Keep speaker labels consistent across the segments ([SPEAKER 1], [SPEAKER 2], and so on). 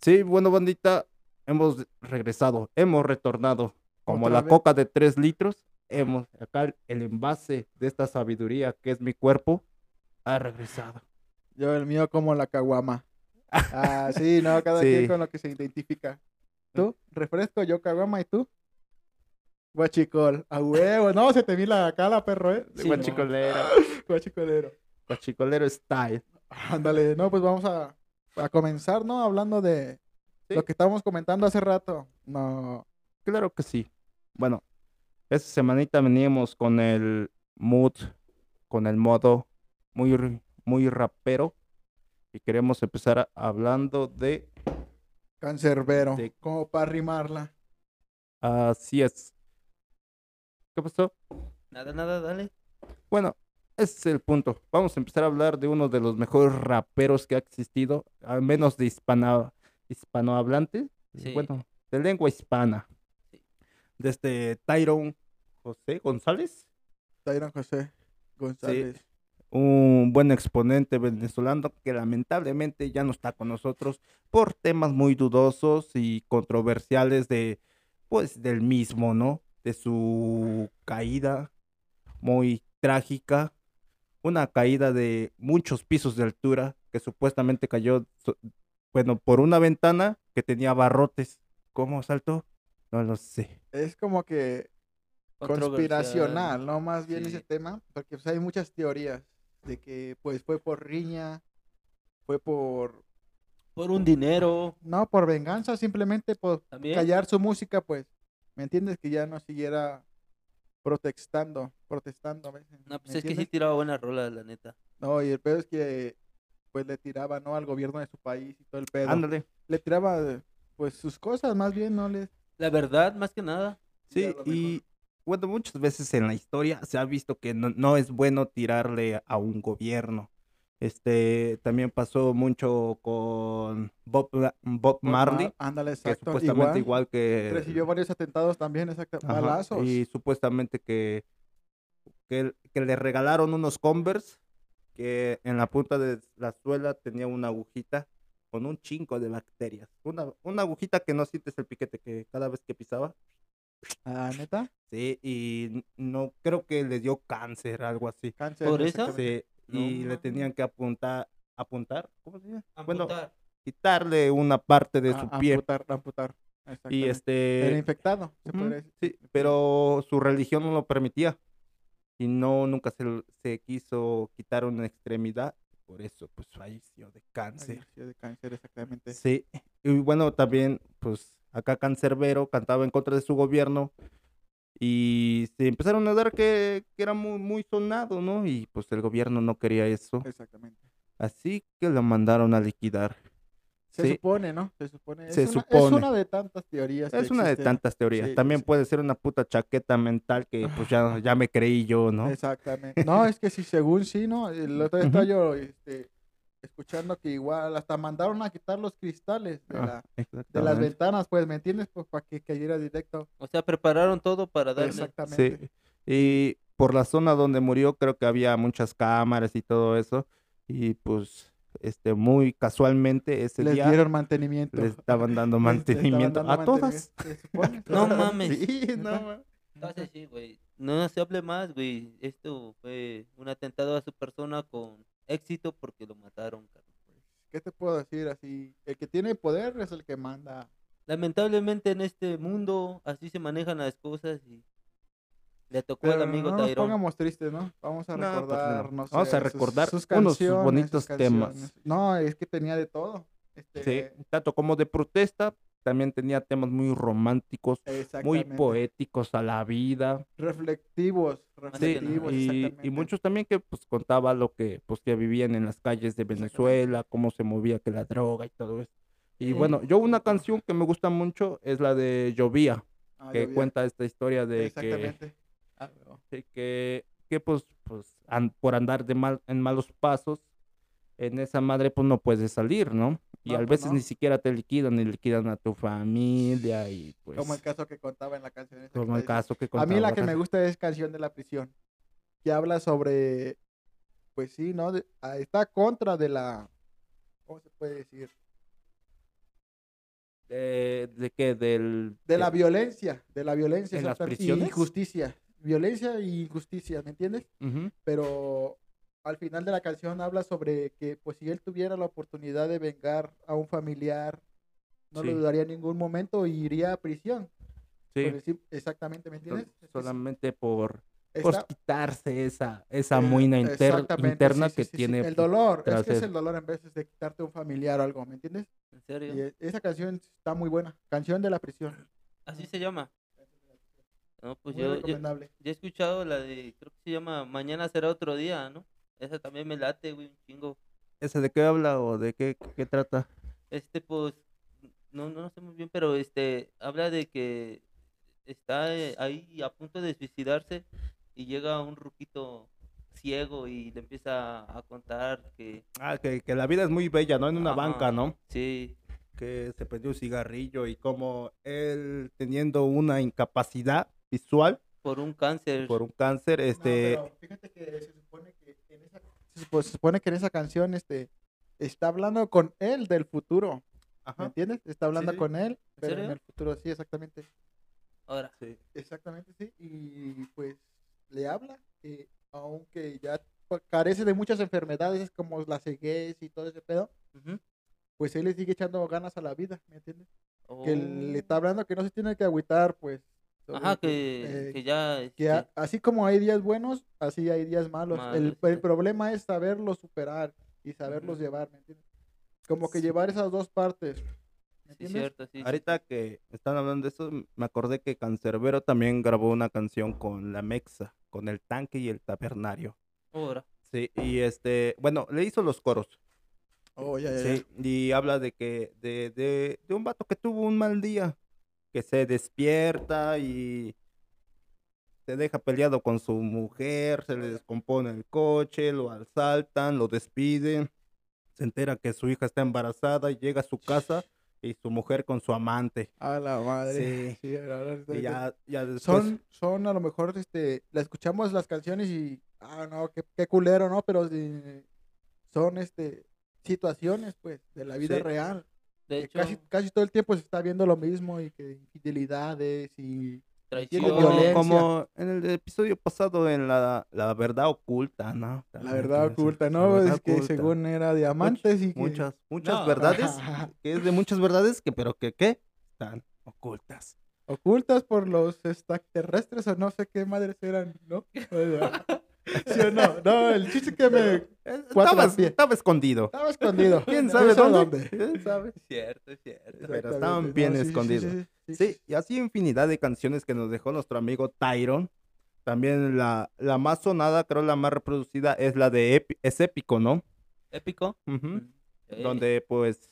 [SPEAKER 1] Sí, bueno, bandita, hemos regresado, hemos retornado. Como
[SPEAKER 2] Otra
[SPEAKER 1] la
[SPEAKER 2] vez.
[SPEAKER 1] coca de 3 litros, hemos, acá el- el envase de esta sabiduría que es mi cuerpo, ha regresado.
[SPEAKER 2] Yo el mío como la caguama. Ah, sí, no, cada
[SPEAKER 1] Sí.
[SPEAKER 2] quien con lo que se identifica. ¿Tú? Refresco, yo caguama y tú. Guachicol, a huevo. No, se te vi la cara, perro, eh.
[SPEAKER 1] Sí,
[SPEAKER 2] Bueno,
[SPEAKER 1] guachicolero,
[SPEAKER 2] Guachicolero.
[SPEAKER 1] guachicolero style.
[SPEAKER 2] Ándale, no, pues vamos a, a comenzar, ¿no? Hablando de
[SPEAKER 1] Sí.
[SPEAKER 2] lo que estábamos comentando hace rato. No,
[SPEAKER 1] Claro que sí. Bueno, esta semanita veníamos con el mood, con el modo muy, r- muy rapero. Y queremos empezar a- hablando de...
[SPEAKER 2] cancerbero.
[SPEAKER 1] De-
[SPEAKER 2] Como para rimarla.
[SPEAKER 1] Así es. ¿Qué pasó?
[SPEAKER 3] Nada, nada, dale.
[SPEAKER 1] Bueno, ese es el punto. Vamos a empezar a hablar de uno de los mejores raperos que ha existido, al menos de hispana, hispanohablante,
[SPEAKER 3] Sí.
[SPEAKER 1] bueno, de lengua hispana. Desde este Tyrone José González,
[SPEAKER 2] Tairan José González.
[SPEAKER 1] un buen exponente venezolano que lamentablemente ya no está con nosotros por temas muy dudosos y controversiales de, pues, del mismo, ¿no? De su caída muy trágica, una caída de muchos pisos de altura que supuestamente cayó, so- bueno, por una ventana que tenía barrotes. ¿Cómo saltó? No lo sé.
[SPEAKER 2] Es como que conspiracional, ¿no? Más bien ese
[SPEAKER 3] Sí.
[SPEAKER 2] tema, porque pues, hay muchas teorías de que pues fue por riña, fue por,
[SPEAKER 3] Por un dinero
[SPEAKER 2] no, por venganza, simplemente por
[SPEAKER 3] también.
[SPEAKER 2] callar su música, pues, ¿me entiendes? Que ya no siguiera protestando, protestando a veces.
[SPEAKER 3] No, pues
[SPEAKER 2] ¿me
[SPEAKER 3] es que sí
[SPEAKER 2] entiendes?
[SPEAKER 3] tiraba buenas rolas, la neta.
[SPEAKER 2] No, y el pedo es que pues le tiraba, ¿no? Al gobierno de su país y todo el pedo.
[SPEAKER 1] Ándale.
[SPEAKER 2] Le tiraba pues sus cosas, más bien, no les...
[SPEAKER 3] La verdad, más que nada.
[SPEAKER 2] Ya
[SPEAKER 1] Sí,
[SPEAKER 2] lo mejor.
[SPEAKER 1] y bueno, muchas veces en la historia se ha visto que no, no es bueno tirarle a un gobierno. Este también pasó mucho con Bob, La- Bob Marley,
[SPEAKER 2] Mar- Ándale,
[SPEAKER 1] que
[SPEAKER 2] exacto.
[SPEAKER 1] supuestamente igual, que
[SPEAKER 2] Recibió varios atentados también, exacto.
[SPEAKER 1] Ajá,
[SPEAKER 2] Balazos.
[SPEAKER 1] y supuestamente que, que que le regalaron unos Converse que en la punta de la suela tenía una agujita con un chingo de bacterias. Una, una agujita que no sientes el piquete que cada vez que pisaba.
[SPEAKER 2] Ah, neta.
[SPEAKER 1] Sí, y n- no creo que le dio cáncer, algo así.
[SPEAKER 2] Cáncer,
[SPEAKER 3] ¿Por
[SPEAKER 2] exacto.
[SPEAKER 3] eso?
[SPEAKER 1] Sí,
[SPEAKER 3] No
[SPEAKER 1] y le
[SPEAKER 3] mames.
[SPEAKER 1] tenían que apuntar, apuntar, ¿cómo se llama? Bueno,
[SPEAKER 3] Amputar.
[SPEAKER 1] quitarle una parte de
[SPEAKER 2] A-
[SPEAKER 1] su pie.
[SPEAKER 2] Ah, Amputar, amputar.
[SPEAKER 1] Y
[SPEAKER 2] exactamente. Era
[SPEAKER 1] este,
[SPEAKER 2] infectado, se
[SPEAKER 1] ujú,
[SPEAKER 2] podría decir.
[SPEAKER 1] sí, pero su religión no lo permitía. Y no, nunca se, l- se quiso quitar una extremidad. Por eso, pues falleció de
[SPEAKER 2] Ay,
[SPEAKER 1] cáncer.
[SPEAKER 2] sí, de cáncer, exactamente.
[SPEAKER 1] Sí, Este, y bueno, también, pues acá Cancerbero cantaba en contra de su gobierno y se empezaron a dar que, que era muy, muy sonado, ¿no? Y pues el gobierno no quería eso,
[SPEAKER 2] Exactamente.
[SPEAKER 1] así que lo mandaron a liquidar.
[SPEAKER 2] Se
[SPEAKER 1] Sí.
[SPEAKER 2] supone, ¿no? Se supone. Es
[SPEAKER 1] Se
[SPEAKER 2] una, Es
[SPEAKER 1] supone.
[SPEAKER 2] una de tantas teorías. que
[SPEAKER 1] Es una de
[SPEAKER 2] existen.
[SPEAKER 1] tantas teorías.
[SPEAKER 2] Sí,
[SPEAKER 1] También
[SPEAKER 2] sí.
[SPEAKER 1] puede ser una puta chaqueta mental que pues ya, ya me creí yo, ¿no?
[SPEAKER 2] Exactamente. No, es que si según sí, ¿no? El otro día estaba yo este, escuchando que igual hasta mandaron a quitar los cristales de, la-
[SPEAKER 1] Ah,
[SPEAKER 2] de las
[SPEAKER 1] exactamente.
[SPEAKER 2] ventanas, pues, ¿me entiendes? Pues para que cayera directo.
[SPEAKER 3] O sea, prepararon todo para darle.
[SPEAKER 2] Exactamente.
[SPEAKER 1] Sí. Y por la zona donde murió creo que había muchas cámaras y todo eso. Y pues, este, muy casualmente ese
[SPEAKER 2] Les
[SPEAKER 1] día...
[SPEAKER 2] dieron mantenimiento.
[SPEAKER 1] Le estaban dando
[SPEAKER 2] Les- les estaban
[SPEAKER 1] mantenimiento
[SPEAKER 2] dando
[SPEAKER 1] a todas.
[SPEAKER 2] mantenimiento, se supone.
[SPEAKER 3] No mames.
[SPEAKER 1] Sí, no
[SPEAKER 2] Ajá.
[SPEAKER 1] mames.
[SPEAKER 3] Entonces, sí, güey. No se hable más, güey. Esto fue un atentado a su persona con éxito porque lo mataron, carnal.
[SPEAKER 2] ¿Qué te puedo decir así? El que tiene poder es el que manda.
[SPEAKER 3] Lamentablemente en este mundo así se manejan las cosas y le tocó
[SPEAKER 2] Pero
[SPEAKER 3] al amigo
[SPEAKER 2] no nos
[SPEAKER 3] Tyrone.
[SPEAKER 2] pongamos tristes, ¿no? Vamos a
[SPEAKER 1] No, pues, no.
[SPEAKER 2] recordar, no sé,
[SPEAKER 1] Vamos a
[SPEAKER 2] sus-
[SPEAKER 1] recordar
[SPEAKER 2] sus
[SPEAKER 1] unos
[SPEAKER 2] canciones,
[SPEAKER 1] bonitos
[SPEAKER 2] sus
[SPEAKER 1] temas.
[SPEAKER 2] canciones. No, es que tenía de todo.
[SPEAKER 1] Sí,
[SPEAKER 2] Este,
[SPEAKER 1] tanto como de protesta, también tenía temas muy románticos, muy
[SPEAKER 2] exactamente.
[SPEAKER 1] poéticos a la vida.
[SPEAKER 2] Reflectivos,
[SPEAKER 1] Sí,
[SPEAKER 2] reflectivos,
[SPEAKER 1] y,
[SPEAKER 2] exactamente.
[SPEAKER 1] y muchos también que pues contaba lo que pues que vivían en las calles de Venezuela, cómo se movía que la droga y todo eso. Y
[SPEAKER 2] Sí.
[SPEAKER 1] bueno, yo una canción que me gusta mucho es la de Llovía,
[SPEAKER 2] Ah,
[SPEAKER 1] que
[SPEAKER 2] yo vi.
[SPEAKER 1] cuenta esta historia de que
[SPEAKER 2] Exactamente. Ah, no.
[SPEAKER 1] de que, que, pues, pues an- por andar de mal, en malos pasos, en esa madre pues no puedes salir, ¿no? Y
[SPEAKER 2] No,
[SPEAKER 1] a
[SPEAKER 2] pues,
[SPEAKER 1] veces
[SPEAKER 2] no.
[SPEAKER 1] ni siquiera te liquidan, ni liquidan a tu familia y pues
[SPEAKER 2] Como el caso que contaba en la canción. esa que
[SPEAKER 1] como el
[SPEAKER 2] está diciendo.
[SPEAKER 1] caso que
[SPEAKER 2] A mí la que
[SPEAKER 1] contabas.
[SPEAKER 2] me gusta es Canción de la Prisión, que habla sobre, pues sí, ¿no? De- ah, está contra de la, ¿cómo se puede decir?
[SPEAKER 1] Eh, ¿De qué? Del...
[SPEAKER 2] De la
[SPEAKER 1] del-
[SPEAKER 2] violencia, de la violencia.
[SPEAKER 1] Eh, ¿En las
[SPEAKER 2] exactamente,
[SPEAKER 1] prisiones?
[SPEAKER 2] Y injusticia. Violencia y injusticia, ¿me entiendes?
[SPEAKER 1] Ujú.
[SPEAKER 2] Pero al final de la canción habla sobre que, pues, si él tuviera la oportunidad de vengar a un familiar, no
[SPEAKER 1] Sí.
[SPEAKER 2] lo dudaría en ningún momento y iría a prisión.
[SPEAKER 1] Sí,
[SPEAKER 2] Por decir- exactamente, ¿me
[SPEAKER 1] sol-
[SPEAKER 2] entiendes? Es-
[SPEAKER 1] solamente por,
[SPEAKER 2] está-
[SPEAKER 1] por quitarse esa, esa
[SPEAKER 2] eh,
[SPEAKER 1] muina inter-
[SPEAKER 2] exactamente,
[SPEAKER 1] interna
[SPEAKER 2] sí, sí,
[SPEAKER 1] que
[SPEAKER 2] sí, sí.
[SPEAKER 1] tiene.
[SPEAKER 2] El dolor, es
[SPEAKER 1] tras
[SPEAKER 2] que es
[SPEAKER 1] eso.
[SPEAKER 2] el dolor en veces de quitarte un familiar o algo, ¿me entiendes?
[SPEAKER 3] ¿En
[SPEAKER 2] Y
[SPEAKER 3] serio?
[SPEAKER 2] e- esa canción está muy buena, canción de la prisión,
[SPEAKER 3] Así se llama. No, pues
[SPEAKER 2] muy
[SPEAKER 3] yo, yo,
[SPEAKER 2] recomendable.
[SPEAKER 3] yo he escuchado la de, creo que se llama Mañana será otro día, ¿no? Esa también me late, güey, un chingo.
[SPEAKER 1] ¿Esa de qué habla o de qué, qué trata?
[SPEAKER 3] Este, pues, no, no sé muy bien, pero este, habla de que está eh, ahí a punto de suicidarse y llega un ruquito ciego y le empieza a contar que,
[SPEAKER 1] Ah, que, que la vida es muy bella, ¿no? En una
[SPEAKER 3] Ajá.
[SPEAKER 1] banca, ¿no?
[SPEAKER 3] sí,
[SPEAKER 1] Que se prendió un cigarrillo y como él teniendo una incapacidad visual
[SPEAKER 3] por un cáncer.
[SPEAKER 1] por un cáncer, este...
[SPEAKER 2] No, pero fíjate que se supone que en esa, se supo- se supone que en esa canción este, está hablando con él del futuro, ¿me
[SPEAKER 1] Ajá.
[SPEAKER 2] entiendes? Está hablando
[SPEAKER 1] sí.
[SPEAKER 2] con él, pero en
[SPEAKER 3] serio?
[SPEAKER 2] el futuro, sí, exactamente.
[SPEAKER 3] Ahora,
[SPEAKER 1] Sí.
[SPEAKER 2] Exactamente, sí. Y pues le habla que aunque ya pa- carece de muchas enfermedades como la ceguez y todo ese pedo,
[SPEAKER 3] ujú.
[SPEAKER 2] pues él le sigue echando ganas a la vida, ¿me entiendes? Que le
[SPEAKER 3] Oh.
[SPEAKER 2] está hablando que no se tiene que agüitar, pues. sobre
[SPEAKER 3] Ajá,
[SPEAKER 2] eh,
[SPEAKER 3] que, que ya.
[SPEAKER 2] que
[SPEAKER 3] este,
[SPEAKER 2] a- así como hay días buenos, así hay días malos. el,
[SPEAKER 3] Malos,
[SPEAKER 2] el
[SPEAKER 3] sí.
[SPEAKER 2] problema es saberlos superar y saberlos
[SPEAKER 3] Ujú.
[SPEAKER 2] llevar, ¿me entiendes? Como que
[SPEAKER 1] Sí.
[SPEAKER 2] llevar esas dos partes. ¿me
[SPEAKER 3] sí,
[SPEAKER 2] entiendes?
[SPEAKER 3] cierto, sí, sí,
[SPEAKER 1] Ahorita
[SPEAKER 3] sí.
[SPEAKER 1] que están hablando de eso, me acordé que Cancerbero también grabó una canción con la Mexa, con el tanque y el tabernario.
[SPEAKER 3] Ahora,
[SPEAKER 1] Sí, y este, bueno, le hizo los coros.
[SPEAKER 2] Oh, ya, ya, ya.
[SPEAKER 1] Sí, y habla de que, de, de, de un vato que tuvo un mal día, que se despierta y se deja peleado con su mujer, se le descompone el coche, lo asaltan, lo despiden, se entera que su hija está embarazada y llega a su casa y su mujer con su amante.
[SPEAKER 2] A la madre.
[SPEAKER 1] Sí.
[SPEAKER 2] Sí, ahora- ahora-
[SPEAKER 1] Y ya, ya después,
[SPEAKER 2] son, son a lo mejor, este, la escuchamos las canciones y, ah, no, qué, qué culero, ¿no? Pero sí, son, este, situaciones, pues, de la vida
[SPEAKER 1] Sí.
[SPEAKER 2] real.
[SPEAKER 3] de
[SPEAKER 2] que
[SPEAKER 3] hecho,
[SPEAKER 2] casi, casi todo el tiempo se está viendo lo mismo y que infidelidades y...
[SPEAKER 3] traiciones.
[SPEAKER 2] tiene
[SPEAKER 1] como,
[SPEAKER 2] violencia.
[SPEAKER 1] como en el episodio pasado en la, la verdad oculta, ¿no?
[SPEAKER 2] La
[SPEAKER 1] También
[SPEAKER 2] verdad
[SPEAKER 1] tiene su-
[SPEAKER 2] oculta,
[SPEAKER 1] la
[SPEAKER 2] ¿no?
[SPEAKER 1] verdad
[SPEAKER 2] Es que
[SPEAKER 1] oculta.
[SPEAKER 2] según era diamantes y que...
[SPEAKER 1] muchas, muchas
[SPEAKER 3] No.
[SPEAKER 1] verdades, que es de muchas verdades, que pero que qué, están ocultas.
[SPEAKER 2] Ocultas por los extraterrestres o no sé qué madres eran, ¿no? ¿Sí o no? No, el chiste que me...
[SPEAKER 1] Eh,
[SPEAKER 2] Cuatro
[SPEAKER 1] Estaba,
[SPEAKER 2] al pie. Ah,
[SPEAKER 1] estaba escondido.
[SPEAKER 2] Estaba escondido.
[SPEAKER 1] ¿Quién
[SPEAKER 2] No
[SPEAKER 1] sabe
[SPEAKER 2] sé
[SPEAKER 1] dónde? ¿Quién sabe?
[SPEAKER 3] Cierto, cierto.
[SPEAKER 1] Pero
[SPEAKER 2] Exactamente.
[SPEAKER 1] estaban
[SPEAKER 2] No,
[SPEAKER 1] bien
[SPEAKER 2] sí, sí, sí,
[SPEAKER 1] escondidos.
[SPEAKER 2] sí, sí, sí.
[SPEAKER 1] Sí, y así infinidad de canciones que nos dejó nuestro amigo Tyron. También la, la más sonada, creo la más reproducida, es la de Epi- Es Épico, ¿no?
[SPEAKER 3] Épico.
[SPEAKER 1] Ujú.
[SPEAKER 3] Mm, eh,
[SPEAKER 1] donde pues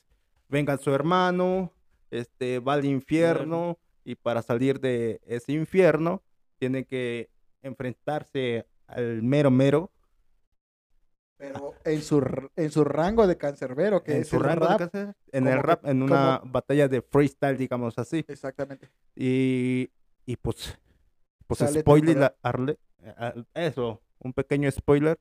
[SPEAKER 1] venga su hermano, este va al infierno y para salir de ese infierno tiene que enfrentarse al mero mero
[SPEAKER 2] Pero en su, r- en su rango de cancerbero, que
[SPEAKER 1] en
[SPEAKER 2] es
[SPEAKER 1] su
[SPEAKER 2] el
[SPEAKER 1] rango de
[SPEAKER 2] rap.
[SPEAKER 1] cáncer, en
[SPEAKER 2] como
[SPEAKER 1] el
[SPEAKER 2] que-
[SPEAKER 1] rap, en una batalla de freestyle, digamos así.
[SPEAKER 2] Exactamente.
[SPEAKER 1] Y, y pues, pues
[SPEAKER 2] Sale
[SPEAKER 1] spoiler,
[SPEAKER 2] temporada.
[SPEAKER 1] la- arle- eh, ah, eso, un pequeño spoiler,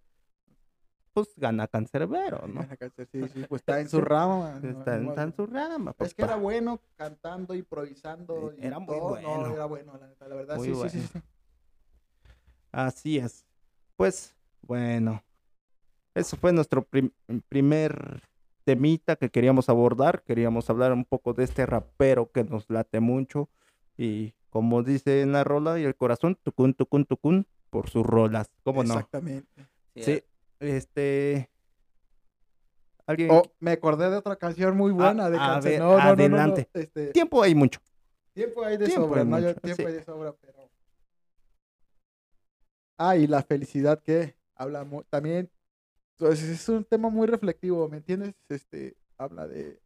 [SPEAKER 1] pues gana Cancerbero, ¿no?
[SPEAKER 2] Ana Cáncer, sí, sí, pues está en su rama. no,
[SPEAKER 1] Está,
[SPEAKER 2] no,
[SPEAKER 1] en- está en su rama.
[SPEAKER 2] Es que era
[SPEAKER 1] papá.
[SPEAKER 2] bueno cantando, improvisando. y
[SPEAKER 1] Eh, Era muy
[SPEAKER 2] todo.
[SPEAKER 1] bueno.
[SPEAKER 2] No, era bueno, la, neta, la verdad.
[SPEAKER 1] Muy
[SPEAKER 2] sí, sí, sí,
[SPEAKER 1] bueno.
[SPEAKER 2] sí.
[SPEAKER 1] Así es. Pues, bueno. Eso fue nuestro prim- primer temita que queríamos abordar. Queríamos hablar un poco de este rapero que nos late mucho. Y como dice en la rola, y el corazón, tucun, tucun, tucun, por sus rolas. ¿Cómo no?
[SPEAKER 2] Exactamente.
[SPEAKER 1] Sí.
[SPEAKER 3] cierto.
[SPEAKER 1] Este. Alguien.
[SPEAKER 2] Oh, me acordé de otra canción muy buena de
[SPEAKER 1] Ah, a
[SPEAKER 2] Cáncer.
[SPEAKER 1] ver,
[SPEAKER 2] No, no, no, no, no,
[SPEAKER 1] adelante.
[SPEAKER 2] este,
[SPEAKER 1] Tiempo hay mucho.
[SPEAKER 2] tiempo hay de
[SPEAKER 1] tiempo
[SPEAKER 2] sobra,
[SPEAKER 1] hay
[SPEAKER 2] ¿no? Yo-
[SPEAKER 1] mucho,
[SPEAKER 2] tiempo
[SPEAKER 1] sí.
[SPEAKER 2] hay de sobra, pero. Ah, y la felicidad que habla mu- también. Entonces es un tema muy reflectivo, ¿me entiendes? Este, habla de.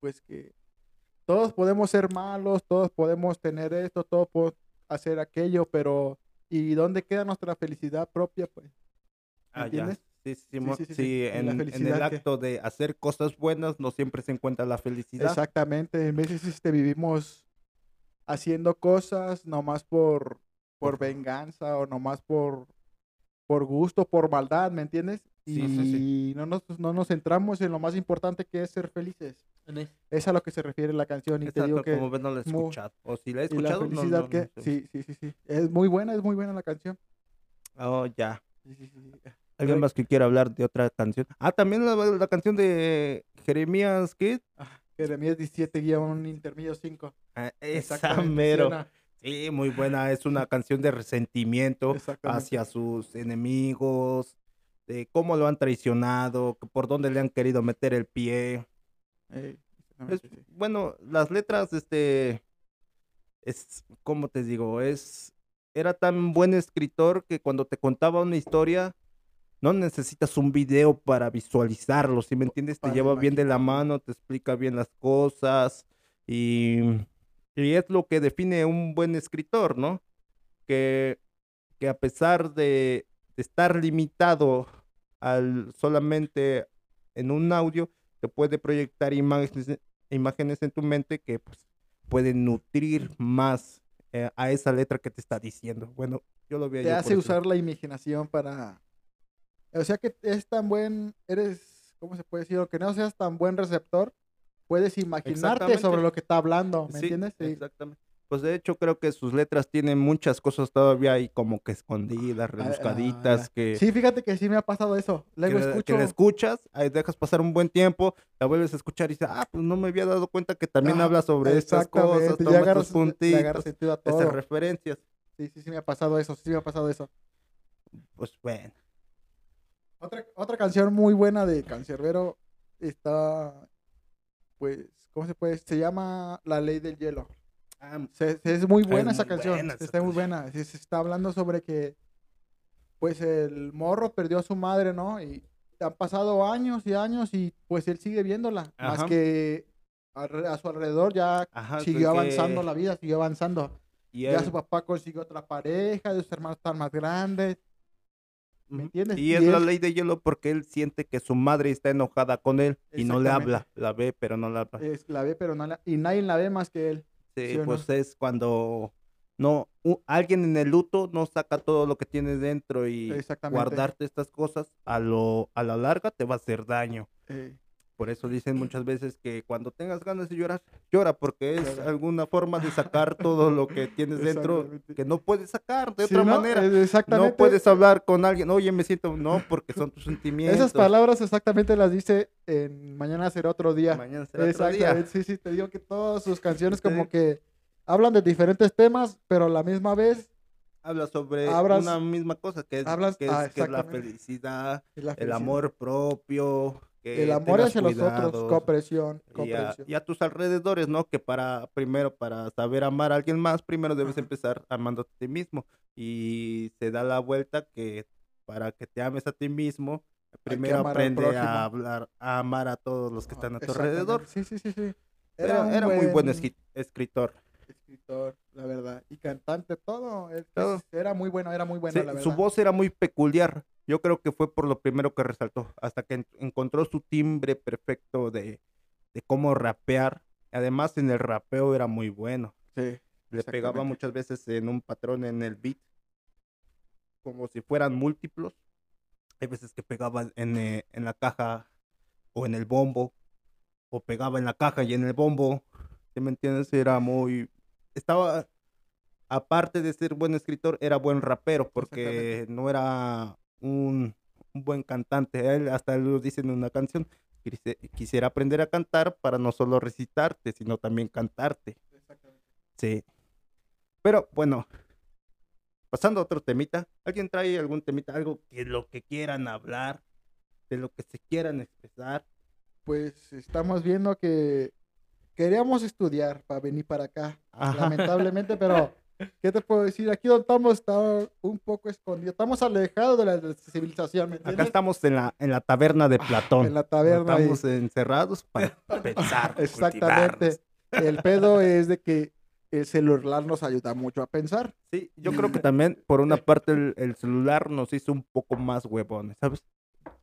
[SPEAKER 2] Pues que todos podemos ser malos, todos podemos tener esto, todos podemos hacer aquello, pero. ¿Y dónde queda nuestra felicidad propia? Pues
[SPEAKER 1] Ah, ya.
[SPEAKER 2] ¿Entiendes?
[SPEAKER 1] Sí, sí, mo-
[SPEAKER 2] sí, sí, sí.
[SPEAKER 1] sí,
[SPEAKER 2] Y
[SPEAKER 1] en,
[SPEAKER 2] la
[SPEAKER 1] en el
[SPEAKER 2] felicidad que-
[SPEAKER 1] acto de hacer cosas buenas no siempre se encuentra la felicidad.
[SPEAKER 2] Exactamente, en veces este, vivimos haciendo cosas nomás por, por venganza o nomás por, por gusto, por maldad, ¿me entiendes? Y
[SPEAKER 1] Sí, sí,
[SPEAKER 2] No, nos, no nos centramos en lo más importante que es ser felices.
[SPEAKER 3] No es-
[SPEAKER 2] Es a lo que se refiere la canción. Y te digo
[SPEAKER 1] Exacto,
[SPEAKER 2] que
[SPEAKER 1] como ves, no la he
[SPEAKER 2] mu-
[SPEAKER 1] escuchado. O si la he
[SPEAKER 2] y la
[SPEAKER 1] escuchado, no-
[SPEAKER 2] felicidad
[SPEAKER 1] no, no
[SPEAKER 2] que...
[SPEAKER 1] sé.
[SPEAKER 2] sí, sí, sí, sí. Es muy buena, es muy buena la canción.
[SPEAKER 1] Oh, ya.
[SPEAKER 2] Sí, sí, sí, sí.
[SPEAKER 1] ¿Alguien
[SPEAKER 2] Güey.
[SPEAKER 1] más que quiera hablar de otra canción? Ah, también la, la canción de Jeremías Kid.
[SPEAKER 2] Jeremías 17 guía un intermedio 5.
[SPEAKER 1] Ah, esa
[SPEAKER 2] Exactamente,
[SPEAKER 1] mero.
[SPEAKER 2] Siena.
[SPEAKER 1] Sí, muy buena. Es una canción de resentimiento
[SPEAKER 2] Exactamente.
[SPEAKER 1] hacia sus enemigos, de cómo lo han traicionado, que por dónde le han querido meter el pie.
[SPEAKER 2] Ey,
[SPEAKER 1] Es-
[SPEAKER 2] exactamente, Ah, sí.
[SPEAKER 1] bueno, las letras, este, es, ¿cómo te digo? Es, era tan buen escritor que cuando te contaba una historia, no necesitas un video para visualizarlo, ¿sí me entiendes? Te
[SPEAKER 2] para
[SPEAKER 1] lleva bien de la mano, te explica bien las cosas y, y es lo que define un buen escritor, ¿no? Que, que a pesar de, de estar limitado al solamente en un audio, te puede proyectar imágenes, imágenes en tu mente que pues, pueden nutrir más eh, a esa letra que te está diciendo. Bueno, yo lo voy
[SPEAKER 2] Te hace usar la imaginación para... O sea que es tan buen... Eres... ¿Cómo se puede decir? O que no seas tan buen receptor, puedes imaginarte
[SPEAKER 1] Exactamente.
[SPEAKER 2] sobre lo que está hablando. ¿Me entiendes? Sí.
[SPEAKER 1] Exactamente. Pues de hecho creo que sus letras tienen muchas cosas todavía ahí como que escondidas,
[SPEAKER 2] Ah, ah,
[SPEAKER 1] rebuscaditas,
[SPEAKER 2] ya.
[SPEAKER 1] que,
[SPEAKER 2] Sí, fíjate que sí me ha pasado eso.
[SPEAKER 1] que,
[SPEAKER 2] Luego
[SPEAKER 1] la- que
[SPEAKER 2] escucho...
[SPEAKER 1] la escuchas, ahí dejas pasar un buen tiempo, la vuelves a escuchar y dices, ah, pues no me había dado cuenta que también
[SPEAKER 2] Ah,
[SPEAKER 1] habla sobre estas cosas,
[SPEAKER 2] Exactamente,
[SPEAKER 1] toma
[SPEAKER 2] ya
[SPEAKER 1] estos
[SPEAKER 2] agarras, le- le
[SPEAKER 1] puntitos,
[SPEAKER 2] agarras sentido a
[SPEAKER 1] estas
[SPEAKER 2] todo.
[SPEAKER 1] referencias.
[SPEAKER 2] Sí, sí, sí me ha pasado eso, sí me ha pasado eso.
[SPEAKER 1] Pues bueno,
[SPEAKER 2] Otra, otra canción muy buena de Cancerbero está, pues, ¿cómo se puede? Se llama La Ley del Hielo.
[SPEAKER 1] ah,
[SPEAKER 2] Se- se- es muy buena
[SPEAKER 1] Es
[SPEAKER 2] esa
[SPEAKER 1] muy
[SPEAKER 2] canción,
[SPEAKER 1] buena esa
[SPEAKER 2] está muy
[SPEAKER 1] canción.
[SPEAKER 2] buena. Sí, Se, está hablando sobre que, pues, el morro perdió a su madre, ¿no? Y han pasado años y años y, pues, él sigue viéndola.
[SPEAKER 1] Ajá.
[SPEAKER 2] Más que alre- a, su alrededor ya
[SPEAKER 1] ajá,
[SPEAKER 2] siguió
[SPEAKER 1] que-
[SPEAKER 2] avanzando la vida, siguió avanzando.
[SPEAKER 1] y
[SPEAKER 2] Ya
[SPEAKER 1] él-
[SPEAKER 2] su papá consiguió otra pareja, sus hermanos están más grandes. ¿Me
[SPEAKER 1] Ujú.
[SPEAKER 2] entiendes?
[SPEAKER 1] Y
[SPEAKER 2] Y
[SPEAKER 1] es la
[SPEAKER 2] es-
[SPEAKER 1] ley de hielo porque él siente que su madre está enojada con él y no le
[SPEAKER 2] Exactamente.
[SPEAKER 1] habla. La ve, pero no la habla.
[SPEAKER 2] es- la ve, pero no la... Y nadie la ve más que él.
[SPEAKER 1] Sí,
[SPEAKER 2] ¿sí o no?
[SPEAKER 1] pues es cuando no u- alguien en el luto no saca todo lo que tiene dentro y
[SPEAKER 2] Exactamente.
[SPEAKER 1] guardarte estas cosas a lo a la larga te va a hacer daño.
[SPEAKER 2] Eh,
[SPEAKER 1] Por eso dicen muchas veces que cuando tengas ganas de llorar, llora porque es
[SPEAKER 2] Llora.
[SPEAKER 1] alguna forma de sacar todo lo que tienes dentro
[SPEAKER 2] Exactamente.
[SPEAKER 1] que no puedes sacar de
[SPEAKER 2] sí,
[SPEAKER 1] otra
[SPEAKER 2] ¿no?
[SPEAKER 1] manera.
[SPEAKER 2] Eh, Exactamente.
[SPEAKER 1] No puedes hablar con alguien, oye, me siento, no, porque son tus sentimientos.
[SPEAKER 2] Esas palabras exactamente las dice en Mañana será otro día.
[SPEAKER 1] Mañana será otro
[SPEAKER 2] Exactamente.
[SPEAKER 1] día.
[SPEAKER 2] Sí, sí, te digo que todas sus canciones
[SPEAKER 1] Sí.
[SPEAKER 2] como que hablan de diferentes temas, pero a la misma vez
[SPEAKER 1] Habla sobre
[SPEAKER 2] Hablas-
[SPEAKER 1] una misma cosa, que es,
[SPEAKER 2] hablas-
[SPEAKER 1] que es-
[SPEAKER 2] ah,
[SPEAKER 1] que es la
[SPEAKER 2] exactamente.
[SPEAKER 1] felicidad,
[SPEAKER 2] es la
[SPEAKER 1] el
[SPEAKER 2] felicidad.
[SPEAKER 1] amor propio. que
[SPEAKER 2] El amor
[SPEAKER 1] tengas
[SPEAKER 2] hacia los
[SPEAKER 1] cuidados,
[SPEAKER 2] otros, copresión,
[SPEAKER 1] Y a,
[SPEAKER 2] copresión.
[SPEAKER 1] y a tus alrededores, ¿no? Que para, primero, para saber amar a alguien más, primero debes
[SPEAKER 2] Ajá.
[SPEAKER 1] empezar amándote a ti mismo. Y se da la vuelta que para que te ames a ti mismo,
[SPEAKER 2] que
[SPEAKER 1] primero
[SPEAKER 2] amar al
[SPEAKER 1] aprende
[SPEAKER 2] prójimo. Ah,
[SPEAKER 1] a hablar, a amar a todos los que están a tu
[SPEAKER 2] Exactamente.
[SPEAKER 1] alrededor.
[SPEAKER 2] Sí, sí, sí, sí.
[SPEAKER 1] Era,
[SPEAKER 2] un
[SPEAKER 1] era muy buen esqui- escritor.
[SPEAKER 2] escritor, la verdad. Y cantante, todo. es-
[SPEAKER 1] Todo.
[SPEAKER 2] Era muy bueno, era muy bueno,
[SPEAKER 1] Sí,
[SPEAKER 2] la verdad.
[SPEAKER 1] su voz era muy peculiar. Yo creo que fue por lo primero que resaltó, hasta que en- encontró su timbre perfecto de, de cómo rapear. Además, en el rapeo era muy bueno.
[SPEAKER 2] Sí,
[SPEAKER 1] Le pegaba
[SPEAKER 2] Exactamente.
[SPEAKER 1] muchas veces en un patrón en el beat, como si fueran múltiplos. Hay veces que pegaba en, eh, en la caja o en el bombo, o pegaba en la caja y en el bombo. ¿Sí me entiendes? Era muy. Estaba. Aparte de ser buen escritor, era buen rapero, porque
[SPEAKER 2] Exactamente.
[SPEAKER 1] no era un, un buen cantante. Él hasta lo dice en una canción: "Quise- Quisiera aprender a cantar para no solo recitarte, sino también cantarte.
[SPEAKER 2] exactamente.
[SPEAKER 1] Sí. Pero bueno, pasando a otro temita, ¿alguien trae algún temita, algo que lo que quieran hablar, de lo que se quieran expresar?
[SPEAKER 2] Pues estamos viendo que queríamos estudiar para venir para acá,
[SPEAKER 1] Ajá.
[SPEAKER 2] lamentablemente, pero ¿qué te puedo decir? Aquí donde estamos está un poco escondido. Estamos alejados de la civilización, ¿me
[SPEAKER 1] Acá
[SPEAKER 2] entiendes?
[SPEAKER 1] estamos en la en la taberna de Platón.
[SPEAKER 2] Ah, En la taberna. ahí.
[SPEAKER 1] Estamos encerrados para pensar.
[SPEAKER 2] Exactamente.
[SPEAKER 1] cultivarnos.
[SPEAKER 2] El pedo es de que el celular nos ayuda mucho a pensar.
[SPEAKER 1] Sí, yo creo que también por una parte el, el celular nos hizo un poco más huevones, ¿sabes?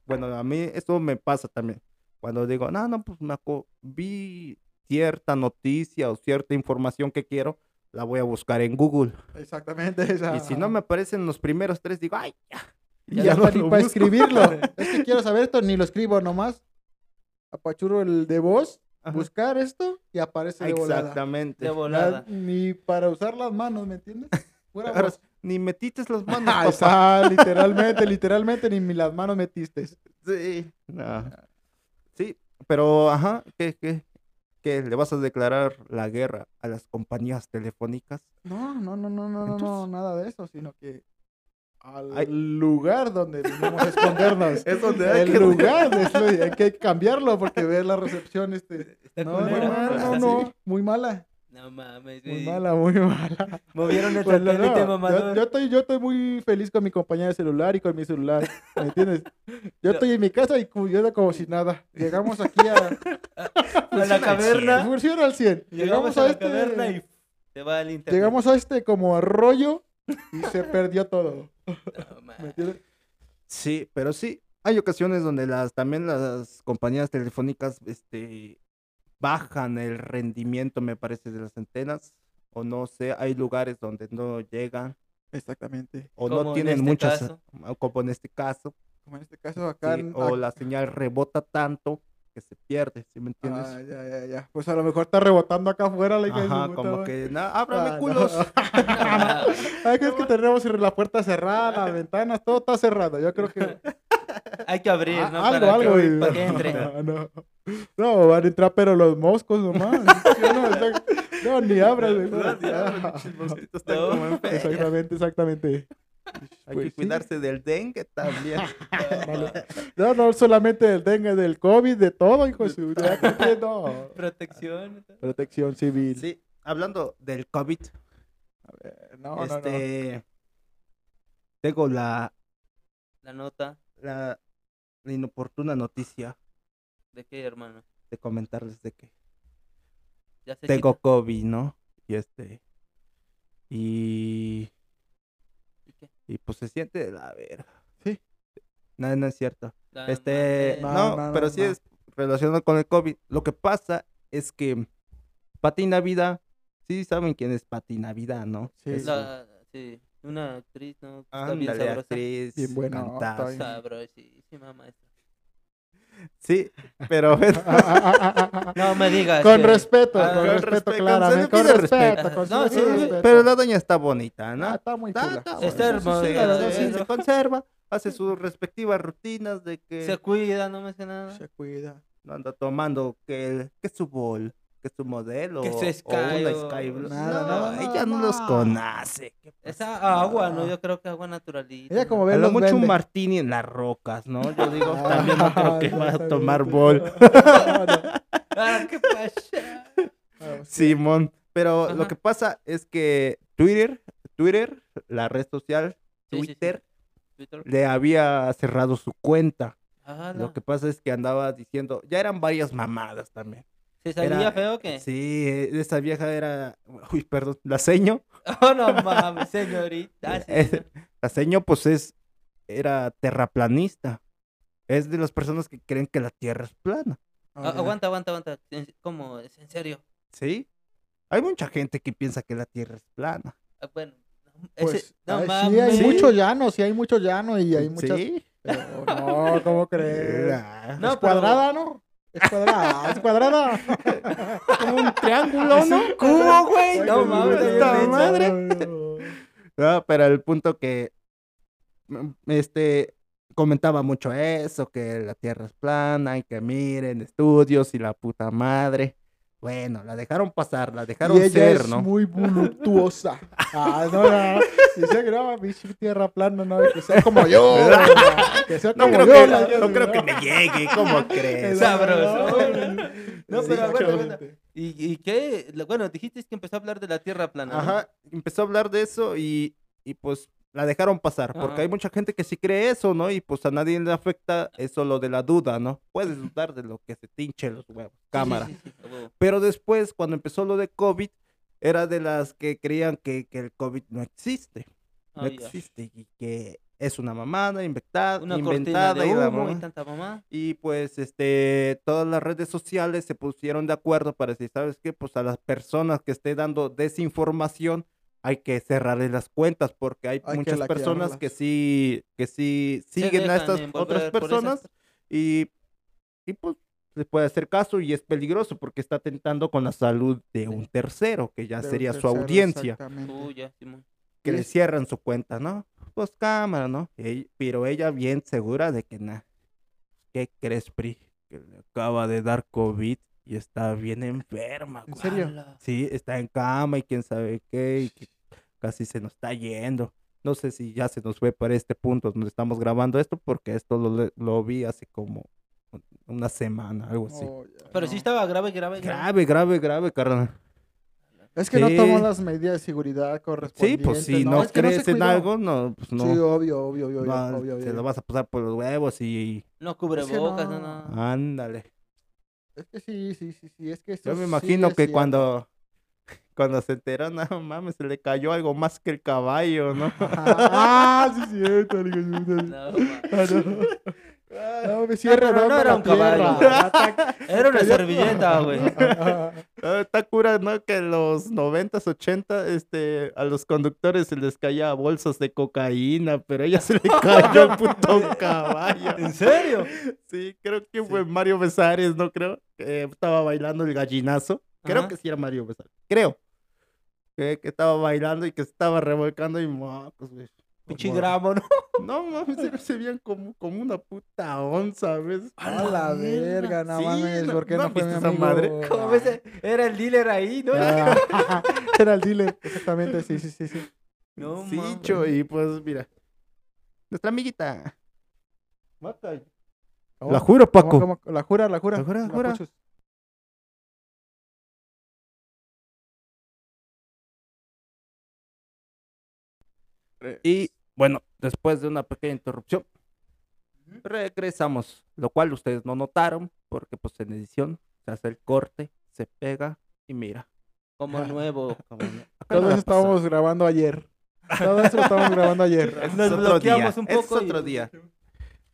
[SPEAKER 1] Bueno, a mí esto me pasa también. Cuando digo, no, no, pues me aco- vi cierta noticia o cierta información que quiero, la voy a buscar en Google.
[SPEAKER 2] Exactamente. esa-
[SPEAKER 1] Y si no me aparecen los primeros tres, digo, ay, ya,
[SPEAKER 2] Ya,
[SPEAKER 1] Ya
[SPEAKER 2] está
[SPEAKER 1] no
[SPEAKER 2] ni
[SPEAKER 1] lo
[SPEAKER 2] para
[SPEAKER 1] busco.
[SPEAKER 2] escribirlo. Es que quiero saber esto, ni lo escribo nomás. Apachurro el de voz,
[SPEAKER 1] Ajá.
[SPEAKER 2] buscar esto y aparece de volada.
[SPEAKER 1] Exactamente.
[SPEAKER 2] Ya
[SPEAKER 3] de volada.
[SPEAKER 2] Ni para usar las manos, ¿me entiendes? Pura
[SPEAKER 1] Ahora,
[SPEAKER 2] voz.
[SPEAKER 1] Ni metites las manos,
[SPEAKER 2] Ah,
[SPEAKER 1] papá.
[SPEAKER 2] esa, literalmente, literalmente, ni mi- las manos metiste.
[SPEAKER 1] Sí. no. Sí, pero, ajá, ¿qué, qué, qué? ¿Le vas a declarar la guerra a las compañías telefónicas?
[SPEAKER 2] No, no, no, no, no, no, no,
[SPEAKER 1] Entonces-
[SPEAKER 2] nada de eso, sino que al
[SPEAKER 1] Ay.
[SPEAKER 2] lugar donde venimos a escondernos.
[SPEAKER 1] Es donde hay
[SPEAKER 2] El
[SPEAKER 1] que-
[SPEAKER 2] lugar, es lo- hay que cambiarlo porque ver la recepción este.
[SPEAKER 3] Está
[SPEAKER 2] No, no,
[SPEAKER 3] culero.
[SPEAKER 2] no, no, no, muy mala,
[SPEAKER 3] No mames,
[SPEAKER 2] muy
[SPEAKER 3] güey.
[SPEAKER 2] mala, muy mala.
[SPEAKER 3] Movieron el
[SPEAKER 2] Pues no,
[SPEAKER 3] satélite,
[SPEAKER 2] no,
[SPEAKER 3] mamador.
[SPEAKER 2] Yo, yo estoy, yo estoy muy feliz con mi compañía de celular y con mi celular, ¿me entiendes? Yo estoy en mi casa y cuidado como si nada. Llegamos aquí a... pues,
[SPEAKER 3] a la caverna.
[SPEAKER 2] Funciona al 100.
[SPEAKER 3] Llegamos a la caverna y se va el internet.
[SPEAKER 2] este Llegamos a este como arroyo y se perdió todo.
[SPEAKER 3] No,
[SPEAKER 2] ¿Me
[SPEAKER 3] mames.
[SPEAKER 2] entiendes?
[SPEAKER 1] Sí, pero sí, hay ocasiones donde las, también las compañías telefónicas, este, bajan el rendimiento, me parece, de las antenas. O no sé, hay lugares donde no llegan
[SPEAKER 2] Exactamente.
[SPEAKER 1] o
[SPEAKER 3] Como
[SPEAKER 1] no
[SPEAKER 3] en
[SPEAKER 1] tienen
[SPEAKER 3] este
[SPEAKER 1] muchas,
[SPEAKER 3] caso.
[SPEAKER 1] como en este caso,
[SPEAKER 2] Como en este caso acá. ah,
[SPEAKER 1] sí,
[SPEAKER 2] en-
[SPEAKER 1] o
[SPEAKER 2] ac-
[SPEAKER 1] la señal rebota tanto que se pierde, ¿sí me entiendes?
[SPEAKER 2] Ah, ya, ya, ya. Pues a lo mejor está rebotando acá afuera la hija de su
[SPEAKER 1] Ajá,
[SPEAKER 2] puta
[SPEAKER 1] como
[SPEAKER 2] madre.
[SPEAKER 1] que, "Na-
[SPEAKER 2] Ah,
[SPEAKER 1] ábrame
[SPEAKER 2] no.
[SPEAKER 1] culos.
[SPEAKER 3] Ah,
[SPEAKER 2] Ay, que es que tenemos la puerta cerrada, las ventanas, todo está cerrado. Yo creo que.
[SPEAKER 3] Hay que abrir,
[SPEAKER 2] Ah,
[SPEAKER 3] ¿no?
[SPEAKER 2] algo,
[SPEAKER 3] para
[SPEAKER 2] algo.
[SPEAKER 3] Que,
[SPEAKER 2] güey.
[SPEAKER 3] para que entre.
[SPEAKER 2] No, no. No, van a entrar, pero los moscos nomás. Yo no, está- no, ni abras. güey.
[SPEAKER 1] No, ni abras, pinches mosquitos, están
[SPEAKER 3] No.
[SPEAKER 1] como enfermos.
[SPEAKER 2] Exactamente, exactamente.
[SPEAKER 1] Hay
[SPEAKER 2] Pues
[SPEAKER 1] que
[SPEAKER 2] sí.
[SPEAKER 1] cuidarse del dengue también.
[SPEAKER 2] Vale. No, no, solamente del dengue, del COVID, de todo, hijo de su. ya te entiendo.
[SPEAKER 3] Protección.
[SPEAKER 2] Protección civil.
[SPEAKER 1] Sí, hablando del COVID,
[SPEAKER 2] No, no, no.
[SPEAKER 1] este, tengo la,
[SPEAKER 3] La nota.
[SPEAKER 1] la, la inoportuna noticia
[SPEAKER 3] ¿De qué, hermano?
[SPEAKER 1] de comentarles de que
[SPEAKER 3] Ya se
[SPEAKER 1] tengo
[SPEAKER 3] quita.
[SPEAKER 1] COVID, ¿no? Y este, y,
[SPEAKER 3] ¿Y qué?
[SPEAKER 1] y pues se siente de la verga.
[SPEAKER 2] Sí.
[SPEAKER 1] No, no es cierto.
[SPEAKER 3] La
[SPEAKER 1] Este,
[SPEAKER 3] madre.
[SPEAKER 1] no,
[SPEAKER 2] no, no,
[SPEAKER 1] pero sí
[SPEAKER 2] no.
[SPEAKER 1] es relacionado con el COVID. Lo que pasa es que Pati Navidad, sí saben quién es Pati Navidad, ¿no?
[SPEAKER 2] Sí.
[SPEAKER 1] Es
[SPEAKER 3] La- sí, una actriz, ¿no? Está bien
[SPEAKER 1] Ándale,
[SPEAKER 3] sabrosa.
[SPEAKER 1] actriz,
[SPEAKER 2] Bien buena, ¿no? Está
[SPEAKER 1] cantante.
[SPEAKER 2] bien.
[SPEAKER 3] Sabrosísima maestra.
[SPEAKER 1] Sí, pero bueno,
[SPEAKER 2] Ah, ah, ah, ah, ah.
[SPEAKER 3] No me digas.
[SPEAKER 2] Con
[SPEAKER 3] que-
[SPEAKER 2] respeto,
[SPEAKER 3] Ah,
[SPEAKER 2] con
[SPEAKER 3] con
[SPEAKER 2] respeto,
[SPEAKER 1] respeto,
[SPEAKER 2] claramente.
[SPEAKER 1] se
[SPEAKER 2] Con
[SPEAKER 1] pide
[SPEAKER 2] respeto,
[SPEAKER 3] respeto.
[SPEAKER 2] con sí,
[SPEAKER 3] No, Ah, sí,
[SPEAKER 2] respeto.
[SPEAKER 1] pero la doña está bonita,
[SPEAKER 2] Ah,
[SPEAKER 1] ¿no?
[SPEAKER 2] está muy
[SPEAKER 1] Está-
[SPEAKER 2] chula.
[SPEAKER 1] está
[SPEAKER 2] Sí,
[SPEAKER 1] buena,
[SPEAKER 3] Está
[SPEAKER 2] sí,
[SPEAKER 3] hermosa,
[SPEAKER 2] sí,
[SPEAKER 1] sí,
[SPEAKER 2] sí,
[SPEAKER 3] la
[SPEAKER 2] sí,
[SPEAKER 1] sí,
[SPEAKER 3] verdad.
[SPEAKER 1] se conserva, hace sus respectivas rutinas de que
[SPEAKER 3] Se cuida, no me hace nada.
[SPEAKER 2] Se cuida.
[SPEAKER 1] no anda tomando que, el- que su bol, que su modelo
[SPEAKER 3] Que su
[SPEAKER 1] o una
[SPEAKER 3] Sky o-
[SPEAKER 1] Sky Blue.
[SPEAKER 2] Nada,
[SPEAKER 1] no,
[SPEAKER 2] nada,
[SPEAKER 1] ella no,
[SPEAKER 2] nada.
[SPEAKER 1] los conoce. ¿qué
[SPEAKER 3] Esa agua, ¿no?
[SPEAKER 2] Ah.
[SPEAKER 3] Yo creo que agua naturalita.
[SPEAKER 2] Ella como
[SPEAKER 3] ¿no?
[SPEAKER 2] ve
[SPEAKER 1] A lo
[SPEAKER 2] los
[SPEAKER 1] mucho un
[SPEAKER 2] vende.
[SPEAKER 1] martini en las rocas, ¿no? Yo digo,
[SPEAKER 2] Ah,
[SPEAKER 1] también no creo que va a
[SPEAKER 2] exactamente.
[SPEAKER 1] tomar bol,
[SPEAKER 2] No, no.
[SPEAKER 3] Ah, qué pasa.
[SPEAKER 2] Vamos,
[SPEAKER 1] Simón. Pero lo
[SPEAKER 3] Ajá.
[SPEAKER 1] que pasa es que Twitter, Twitter, la red social,
[SPEAKER 3] Sí, sí, sí.
[SPEAKER 1] Twitter,
[SPEAKER 3] Twitter.
[SPEAKER 1] le había cerrado su cuenta.
[SPEAKER 3] Ala.
[SPEAKER 1] Lo que pasa es que andaba diciendo, ya eran varias mamadas también.
[SPEAKER 3] ¿Se salía
[SPEAKER 1] era-
[SPEAKER 3] feo o qué?
[SPEAKER 1] Sí, eh, esa vieja era, uy, perdón, la seño.
[SPEAKER 3] Oh, no mames, señorita. Ah, sí,
[SPEAKER 1] Eh,
[SPEAKER 3] señor.
[SPEAKER 1] La seño, pues es, era terraplanista. Es de las personas que creen que la Tierra es plana.
[SPEAKER 3] Ah,
[SPEAKER 2] Ah, ya.
[SPEAKER 3] aguanta, aguanta, aguanta. En- ¿Cómo? ¿Es en serio?
[SPEAKER 1] ¿Sí? Hay mucha gente que piensa que la Tierra es plana.
[SPEAKER 3] Ah, bueno. no, ese-
[SPEAKER 2] Pues,
[SPEAKER 1] ah,
[SPEAKER 3] no
[SPEAKER 2] ay, sí,
[SPEAKER 3] mames.
[SPEAKER 2] hay mucho llano, sí hay mucho llano y hay muchas...
[SPEAKER 1] ¿Sí?
[SPEAKER 2] Pero no, ¿cómo crees?
[SPEAKER 1] Ah,
[SPEAKER 3] No,
[SPEAKER 2] es
[SPEAKER 3] pero-
[SPEAKER 2] cuadrada, ¿no? Es cuadrada, es cuadrada.
[SPEAKER 1] como un triángulo, ¿no?
[SPEAKER 3] cubo, güey. No
[SPEAKER 2] Ay,
[SPEAKER 3] mames,
[SPEAKER 2] güey,
[SPEAKER 1] esta
[SPEAKER 2] no,
[SPEAKER 1] madre.
[SPEAKER 2] no, no.
[SPEAKER 1] No, pero el punto que mm, este comentaba mucho eso, que la Tierra es plana y que miren estudios y la puta madre. Bueno, la dejaron pasar, la dejaron
[SPEAKER 2] y ella
[SPEAKER 1] ser,
[SPEAKER 2] es
[SPEAKER 1] ¿no?
[SPEAKER 2] muy voluptuosa. Ah, no, no. Dice que no, pinche tierra plana, no, que sea como yo. que sea
[SPEAKER 1] No
[SPEAKER 2] como
[SPEAKER 1] creo
[SPEAKER 2] yo.
[SPEAKER 1] que,
[SPEAKER 2] la
[SPEAKER 1] no
[SPEAKER 2] quiero,
[SPEAKER 1] creo que me llegue, ¿cómo crees?
[SPEAKER 3] Sabroso.
[SPEAKER 2] No,
[SPEAKER 3] No,
[SPEAKER 2] Sí,
[SPEAKER 3] pero aguanta,
[SPEAKER 2] exactamente.
[SPEAKER 3] aguanta. ¿Y, y qué? Lo- Bueno, dijiste que empezó a hablar de la tierra plana. ¿no?
[SPEAKER 1] Ajá, empezó a hablar de eso y, y pues la dejaron pasar, porque
[SPEAKER 3] Ajá.
[SPEAKER 1] hay mucha gente que sí cree eso, ¿no? Y pues a nadie le afecta eso lo de la duda, ¿no? Puedes dudar de lo que se tinche los huevos. Cámara.
[SPEAKER 3] Sí, sí, sí, sí, a huevo.
[SPEAKER 1] Pero después, cuando empezó lo de COVID, era de las que creían que, que el COVID no existe. No
[SPEAKER 3] Ah, ya.
[SPEAKER 1] existe y que es una mamada inventada,
[SPEAKER 3] Una cortina
[SPEAKER 1] inventada
[SPEAKER 3] de
[SPEAKER 1] y la
[SPEAKER 3] humo y
[SPEAKER 1] mamá.
[SPEAKER 3] tanta mamá.
[SPEAKER 1] Y pues este todas las redes sociales se pusieron de acuerdo para decir, ¿sabes qué? Pues a las personas que esté dando desinformación hay que cerrarles las cuentas porque hay,
[SPEAKER 2] Hay que
[SPEAKER 1] muchas personas
[SPEAKER 2] laquearlas.
[SPEAKER 1] que sí, que sí
[SPEAKER 3] Se
[SPEAKER 1] siguen a
[SPEAKER 3] dejan
[SPEAKER 1] estas otras
[SPEAKER 3] envolver por esas
[SPEAKER 1] personas y, y pues se puede hacer caso y es peligroso porque está atentando con la salud de un tercero, que ya
[SPEAKER 2] Debe
[SPEAKER 1] sería
[SPEAKER 2] ser
[SPEAKER 1] su
[SPEAKER 2] cero,
[SPEAKER 1] audiencia,
[SPEAKER 2] exactamente.
[SPEAKER 3] Tú ya, Simón.
[SPEAKER 1] que le
[SPEAKER 2] Es-
[SPEAKER 1] cierran su cuenta, ¿no? Pues cámara, ¿no? Ey- pero ella bien segura de que nada. ¿Qué crees, Pri? Que le acaba de dar COVID y está bien enferma,
[SPEAKER 2] ¿En
[SPEAKER 1] güey.
[SPEAKER 2] serio?
[SPEAKER 3] Ala.
[SPEAKER 1] Sí, está en cama y quién sabe qué, y que casi se nos está yendo. No sé si ya se nos fue para este punto donde estamos grabando esto, porque esto lo, le- lo vi hace como un- una semana, algo así.
[SPEAKER 2] Oh, ya,
[SPEAKER 3] Pero
[SPEAKER 2] no.
[SPEAKER 3] sí estaba grave, grave, grave.
[SPEAKER 1] Grave, grave, grave, carnal.
[SPEAKER 2] Es que no tomó
[SPEAKER 1] Sí.
[SPEAKER 2] las medidas de seguridad
[SPEAKER 1] Sí,
[SPEAKER 2] correspondientes.
[SPEAKER 1] pues si no,
[SPEAKER 2] es que se
[SPEAKER 1] crees en
[SPEAKER 2] cuidó.
[SPEAKER 1] algo, no, pues no.
[SPEAKER 2] Sí, obvio, obvio, obvio,
[SPEAKER 1] va-
[SPEAKER 2] obvio, obvio.
[SPEAKER 1] se lo vas a pasar por los huevos y
[SPEAKER 3] No cubrebocas, no,
[SPEAKER 2] no.
[SPEAKER 3] no.
[SPEAKER 1] ándale.
[SPEAKER 2] Es que sí, sí, sí, sí, es que eso
[SPEAKER 1] Yo me
[SPEAKER 2] sí
[SPEAKER 1] imagino
[SPEAKER 2] es
[SPEAKER 1] que
[SPEAKER 2] cierto.
[SPEAKER 1] cuando cuando se enteró, no mames, se le cayó algo más que el caballo, ¿no?
[SPEAKER 2] Ah, sí es cierto, hijo de puta.
[SPEAKER 3] No, ma.
[SPEAKER 1] Ah,
[SPEAKER 2] Ah, No, me cierra,
[SPEAKER 3] pero no
[SPEAKER 2] dame
[SPEAKER 3] era
[SPEAKER 2] la
[SPEAKER 3] un caballo.
[SPEAKER 2] tierra. Ataca-
[SPEAKER 3] Era una
[SPEAKER 2] Cayó-
[SPEAKER 3] servilleta, güey.
[SPEAKER 1] Ah, Está cura, ¿no? Que en los 90s, 80, este, a los conductores se les caía bolsas de cocaína, pero a ella se le cayó el puto caballo.
[SPEAKER 3] ¿En serio?
[SPEAKER 1] Sí, creo que fue Mario Besares, ¿no? Creo que estaba bailando el gallinazo. Creo
[SPEAKER 3] Ajá.
[SPEAKER 1] que sí era Mario Besares. Creo. Que, que estaba bailando y que se estaba revolcando y mocos, güey.
[SPEAKER 3] Pinche
[SPEAKER 1] Como-
[SPEAKER 3] gramo, ¿no?
[SPEAKER 1] No mames, se, se veían como, como una puta onza, ¿ves? Ah,
[SPEAKER 2] A la
[SPEAKER 3] Ah,
[SPEAKER 2] verga, no
[SPEAKER 1] Sí,
[SPEAKER 2] mames,
[SPEAKER 1] no-
[SPEAKER 2] ¿por qué
[SPEAKER 1] ¿no
[SPEAKER 2] no,
[SPEAKER 1] has
[SPEAKER 2] fue mi
[SPEAKER 1] visto esa
[SPEAKER 2] amigo?
[SPEAKER 1] madre?
[SPEAKER 3] Como ves, era el dealer ahí, ¿no?
[SPEAKER 2] Ah, Era el dealer, exactamente, sí, sí, sí, sí.
[SPEAKER 3] No,
[SPEAKER 1] sí,
[SPEAKER 3] mames.
[SPEAKER 1] cho, y pues mira. Nuestra amiguita. Mata.
[SPEAKER 2] ¿Cómo?
[SPEAKER 1] La juro,
[SPEAKER 2] ¿Cómo,
[SPEAKER 1] Paco.
[SPEAKER 2] Oh, cómo? La jura, la jura.
[SPEAKER 1] La jura, jura.
[SPEAKER 2] puchos.
[SPEAKER 1] Y bueno, después de una pequeña interrupción, regresamos. Lo cual ustedes no notaron, porque pues en edición se hace el corte, se pega y mira.
[SPEAKER 3] Como nuevo. como nuevo.
[SPEAKER 1] acá
[SPEAKER 2] Todo
[SPEAKER 1] nada
[SPEAKER 2] eso estábamos grabando ayer. Todo eso lo estábamos grabando ayer.
[SPEAKER 1] pasa.
[SPEAKER 3] Nos
[SPEAKER 1] Es otro
[SPEAKER 3] bloqueamos
[SPEAKER 1] día,
[SPEAKER 3] un
[SPEAKER 1] es
[SPEAKER 3] poco y-
[SPEAKER 1] otro día.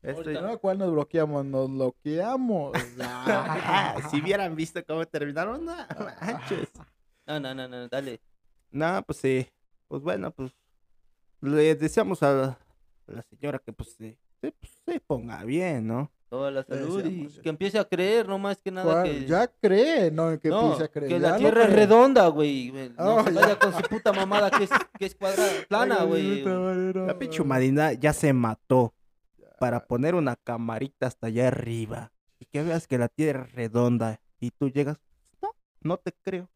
[SPEAKER 1] Este-
[SPEAKER 3] Ahorita.
[SPEAKER 2] No, ¿cuál nos bloqueamos? Nos bloqueamos.
[SPEAKER 1] Ah, si hubieran visto cómo terminaron, no manches.
[SPEAKER 3] No, no, no, no, dale.
[SPEAKER 1] Nada, pues sí. Pues bueno, pues le deseamos a la, a la señora que pues se, se- pues, se ponga bien, ¿no?
[SPEAKER 3] Toda la salud y
[SPEAKER 2] deseamos, sí.
[SPEAKER 3] que empiece a creer, no más que nada
[SPEAKER 2] ¿Cuál?
[SPEAKER 3] que...
[SPEAKER 2] Ya cree, no, que
[SPEAKER 3] no,
[SPEAKER 2] empiece a creer.
[SPEAKER 3] que
[SPEAKER 2] ya
[SPEAKER 3] la
[SPEAKER 2] lo
[SPEAKER 3] tierra es
[SPEAKER 2] cree.
[SPEAKER 3] redonda, güey. güey. No
[SPEAKER 2] Oh,
[SPEAKER 3] se
[SPEAKER 2] ya.
[SPEAKER 3] vaya con su puta mamada que es, que es cuadrada, plana,
[SPEAKER 2] Ay,
[SPEAKER 3] güey.
[SPEAKER 2] puta madre, no,
[SPEAKER 1] La pinche
[SPEAKER 2] no.
[SPEAKER 1] humanidad ya se mató para poner una camarita hasta allá arriba y que veas que la tierra es redonda y tú llegas, no, no te creo.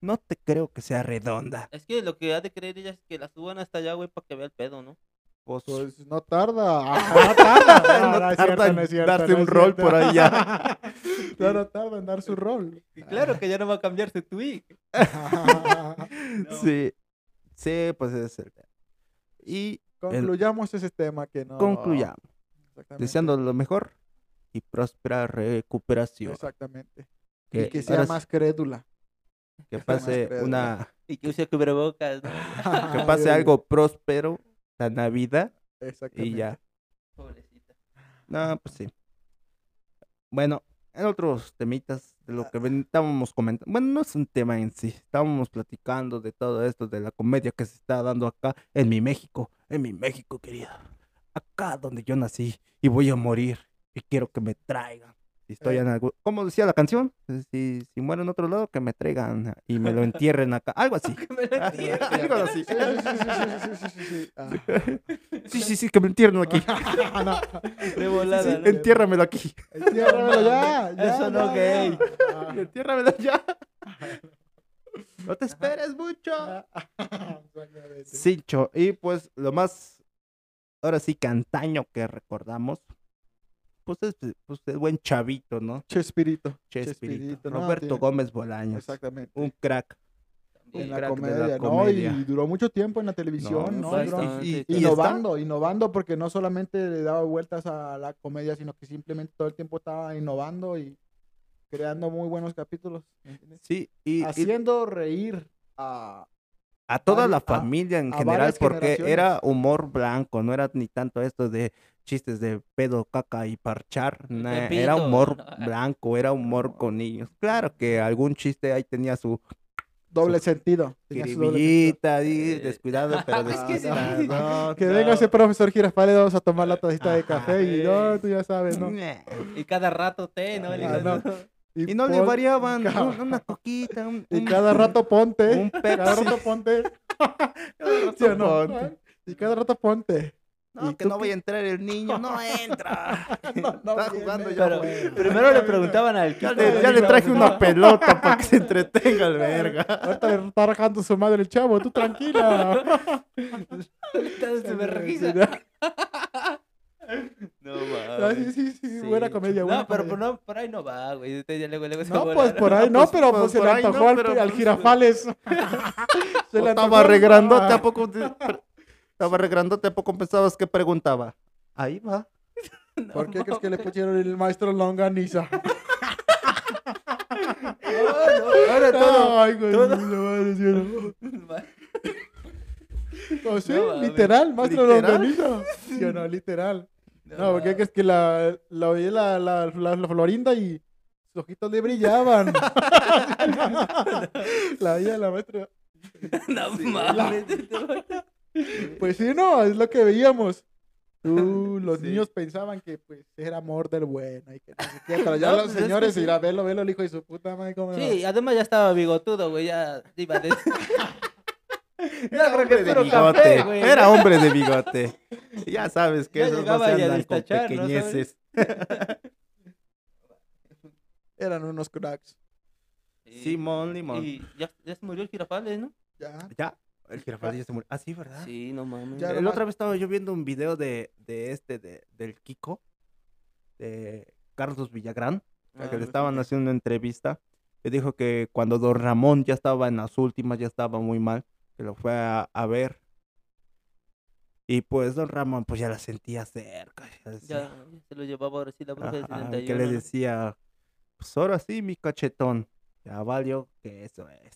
[SPEAKER 1] No te creo que sea redonda.
[SPEAKER 3] Es que lo que ha de creer ella es que la suban hasta allá, güey, para que vea el pedo, ¿no?
[SPEAKER 1] Pues,
[SPEAKER 2] Pues no tarda. Ah, No tarda.
[SPEAKER 1] no tarda
[SPEAKER 2] es cierto,
[SPEAKER 1] en
[SPEAKER 2] no es cierto,
[SPEAKER 1] darse
[SPEAKER 2] no es
[SPEAKER 1] un rol
[SPEAKER 2] cierto.
[SPEAKER 1] por ahí ya.
[SPEAKER 2] No, no tarda en dar su rol.
[SPEAKER 3] Y claro que ya no va a cambiar su tweet.
[SPEAKER 1] Sí, sí, pues es el tema. Y
[SPEAKER 2] Concluyamos ese tema que no.
[SPEAKER 1] concluyamos,
[SPEAKER 2] Exactamente.
[SPEAKER 1] deseando lo mejor y próspera recuperación.
[SPEAKER 2] Exactamente.
[SPEAKER 1] Que,
[SPEAKER 2] y que sea
[SPEAKER 1] ahora sí,
[SPEAKER 2] más crédula.
[SPEAKER 1] que
[SPEAKER 2] sea más
[SPEAKER 1] pase
[SPEAKER 2] creadora.
[SPEAKER 1] una
[SPEAKER 3] Y que use cubrebocas, ¿no?
[SPEAKER 2] Ah.
[SPEAKER 1] que pase algo próspero la Navidad y
[SPEAKER 2] Exactamente.
[SPEAKER 1] ya.
[SPEAKER 3] Pobrecita.
[SPEAKER 1] No, pues sí. Bueno, en otros temitas de lo que ven- estábamos comentando. Bueno, no es un tema en sí. Estábamos platicando de todo esto, de la comedia que se está dando acá en mi México, en mi México querida. Acá donde yo nací y voy a morir y quiero que me traigan. Si estoy
[SPEAKER 2] Eh.
[SPEAKER 1] en algún... ¿Cómo decía la canción? Eh, Si, si muero en otro lado, que me traigan y me lo entierren acá. Algo así.
[SPEAKER 3] Que me
[SPEAKER 2] Ah,
[SPEAKER 3] lo tire.
[SPEAKER 1] Algo así.
[SPEAKER 2] Sí, sí, sí, sí, sí, sí, sí, sí. Ah.
[SPEAKER 1] Sí, sí, sí, que me entierren aquí.
[SPEAKER 2] No,
[SPEAKER 3] De volada,
[SPEAKER 1] Sí,
[SPEAKER 3] ¿no?
[SPEAKER 1] entiérramelo aquí.
[SPEAKER 2] entiérramelo ya, ya,
[SPEAKER 3] Eso no
[SPEAKER 2] ya,
[SPEAKER 3] gay.
[SPEAKER 2] ya.
[SPEAKER 1] Entiérramelo ya. No te esperes mucho.
[SPEAKER 2] Ah, exactamente.
[SPEAKER 1] Sí, cho. Y pues lo más, ahora sí, cantaño que recordamos, pues es pues, el buen chavito, ¿no?
[SPEAKER 2] Chespirito.
[SPEAKER 1] Chespirito.
[SPEAKER 2] Chespirito, no,
[SPEAKER 1] Roberto
[SPEAKER 2] tiene-
[SPEAKER 1] Gómez Bolaños.
[SPEAKER 2] Exactamente.
[SPEAKER 1] Un crack.
[SPEAKER 2] En
[SPEAKER 3] También.
[SPEAKER 1] crack de
[SPEAKER 2] la
[SPEAKER 1] la
[SPEAKER 2] comedia, ¿no?
[SPEAKER 1] comedia.
[SPEAKER 2] Y duró mucho tiempo en la televisión, ¿no?
[SPEAKER 3] pues,
[SPEAKER 2] Duró-
[SPEAKER 3] bastante.
[SPEAKER 1] y- y- y está-
[SPEAKER 2] Innovando, innovando, porque no solamente le daba vueltas a la comedia, sino que simplemente todo el tiempo estaba innovando y creando muy buenos capítulos. ¿me entiendes?
[SPEAKER 1] Sí, y, y
[SPEAKER 2] Haciendo reír a...
[SPEAKER 1] a toda la
[SPEAKER 2] a-
[SPEAKER 1] familia en
[SPEAKER 2] a
[SPEAKER 1] general,
[SPEAKER 2] varias
[SPEAKER 1] porque era
[SPEAKER 2] generaciones.
[SPEAKER 1] humor blanco, no era ni tanto esto de chistes de pedo, caca y parchar. nah, era
[SPEAKER 3] Pepito.
[SPEAKER 1] humor blanco, era humor con niños. Claro que algún chiste ahí tenía su
[SPEAKER 2] doble sentido. Tenía su doble sentido. Ah,
[SPEAKER 1] Kiribillita ahí,
[SPEAKER 3] Eh,
[SPEAKER 1] descuidado, pero
[SPEAKER 3] es
[SPEAKER 2] que sí.
[SPEAKER 1] descuidado.
[SPEAKER 2] Que
[SPEAKER 1] no.
[SPEAKER 2] venga ese profesor Girafales, vamos a tomar la tacita de
[SPEAKER 1] Ajá.
[SPEAKER 2] café y no,
[SPEAKER 3] Ey.
[SPEAKER 2] tú ya sabes, ¿no?
[SPEAKER 3] Y cada rato té, ¿no? Le
[SPEAKER 2] Ah,
[SPEAKER 3] dices,
[SPEAKER 2] no.
[SPEAKER 1] Y no le
[SPEAKER 2] pon-
[SPEAKER 1] variaban
[SPEAKER 2] Ca-
[SPEAKER 1] un- una coquita, un,
[SPEAKER 2] Y
[SPEAKER 1] un-
[SPEAKER 2] cada rato ponte.
[SPEAKER 1] un
[SPEAKER 2] Cada
[SPEAKER 1] Pepsi.
[SPEAKER 2] rato ponte.
[SPEAKER 1] Cada rato
[SPEAKER 2] ¿sí o no?
[SPEAKER 1] ponte.
[SPEAKER 2] Y cada rato ponte. ¿Y
[SPEAKER 1] No, que
[SPEAKER 2] tú
[SPEAKER 1] no
[SPEAKER 2] qué?
[SPEAKER 1] vaya a entrar el niño, no entra.
[SPEAKER 2] No, no,
[SPEAKER 1] Está
[SPEAKER 2] bien,
[SPEAKER 1] jugando
[SPEAKER 2] bien,
[SPEAKER 1] ya,
[SPEAKER 2] bien.
[SPEAKER 1] güey.
[SPEAKER 3] Primero le preguntaban al
[SPEAKER 1] Ya
[SPEAKER 3] Kiko,
[SPEAKER 1] le, ya le traje una pelota para que se entretenga el verga.
[SPEAKER 2] Ahorita le está rajando su madre el chavo, tú tranquila.
[SPEAKER 3] Se me
[SPEAKER 2] Sí,
[SPEAKER 3] revisa.
[SPEAKER 2] No,
[SPEAKER 3] No, mames.
[SPEAKER 2] sí, sí, sí,
[SPEAKER 3] Sí.
[SPEAKER 2] buena comedia, buena
[SPEAKER 3] No, pero por,
[SPEAKER 2] comedia.
[SPEAKER 3] no, por ahí no va, güey. Usted ya luego, luego se
[SPEAKER 2] No,
[SPEAKER 3] va a
[SPEAKER 2] pues
[SPEAKER 3] volar.
[SPEAKER 2] por ahí,
[SPEAKER 1] No,
[SPEAKER 2] no,
[SPEAKER 1] pues,
[SPEAKER 2] pero
[SPEAKER 1] pues,
[SPEAKER 2] pues se le
[SPEAKER 1] por ahí no,
[SPEAKER 2] antojó al-
[SPEAKER 1] pero,
[SPEAKER 2] al
[SPEAKER 1] pues,
[SPEAKER 2] Girafales. Se
[SPEAKER 1] O estaba
[SPEAKER 2] le antojó.
[SPEAKER 1] regrandote,
[SPEAKER 2] Ah.
[SPEAKER 1] ¿a poco? te- pre- Estaba regrandote, ¿a poco pensabas que preguntaba? Ahí va.
[SPEAKER 2] ¿Por qué crees que le pusieron el maestro Longaniza?
[SPEAKER 3] No, no, ahora todo.
[SPEAKER 2] Ay, güey,
[SPEAKER 3] todo.
[SPEAKER 2] la madre, sí, no. Pues sí,
[SPEAKER 3] No, mames.
[SPEAKER 2] literal, maestro
[SPEAKER 1] ¿Literal?
[SPEAKER 2] Longaniza. Sí o no, literal. No, porque es que la, la oí la, la, la, la Florinda y sus ojitos le brillaban. la veía la maestra.
[SPEAKER 3] No mames.
[SPEAKER 2] Pues sí, no, es lo que veíamos. Uh, los
[SPEAKER 3] Sí.
[SPEAKER 2] niños pensaban que pues era amor del bueno y que no sé qué, pero ya
[SPEAKER 3] No,
[SPEAKER 2] los
[SPEAKER 3] pues, es que
[SPEAKER 2] señores
[SPEAKER 3] sí.
[SPEAKER 2] ir a verlo, verlo el hijo de su puta madre cómo
[SPEAKER 3] Sí, además ya estaba bigotudo, güey. Ya iba de.
[SPEAKER 1] Era hombre de
[SPEAKER 3] puro
[SPEAKER 1] bigote.
[SPEAKER 3] café, güey.
[SPEAKER 1] era hombre de bigote. Ya sabes que
[SPEAKER 3] Ya
[SPEAKER 1] esos no
[SPEAKER 3] llegaba
[SPEAKER 1] se
[SPEAKER 3] y a
[SPEAKER 1] andan con
[SPEAKER 3] destachar, ¿no?
[SPEAKER 1] pequeñeces.
[SPEAKER 2] eran unos cracks.
[SPEAKER 3] Y-
[SPEAKER 1] Simón Limón.
[SPEAKER 3] Y ya, ya se murió el Girafales, ¿no?
[SPEAKER 2] Ya.
[SPEAKER 1] Ya, el jirafal ya se murió. Ah, sí, ¿verdad?
[SPEAKER 3] Sí, no mames.
[SPEAKER 2] Ya.
[SPEAKER 1] La
[SPEAKER 2] nomás-
[SPEAKER 1] otra vez estaba yo viendo un video de, de este, de, del Kiko, de Carlos Villagrán,
[SPEAKER 3] Ah,
[SPEAKER 1] que le
[SPEAKER 3] pues,
[SPEAKER 1] estaban haciendo una entrevista. Le dijo que cuando Don Ramón ya estaba en las últimas, ya estaba muy mal, que lo fue a, a ver. Y pues Don Ramón pues ya la sentía cerca. ya
[SPEAKER 3] Ya,
[SPEAKER 1] decía,
[SPEAKER 3] ya se lo llevaba ahora sí la bruja del
[SPEAKER 1] ajá,
[SPEAKER 3] 71.
[SPEAKER 1] que le
[SPEAKER 3] ¿no?
[SPEAKER 1] decía, pues ahora sí, mi cachetón, ya valió que eso es.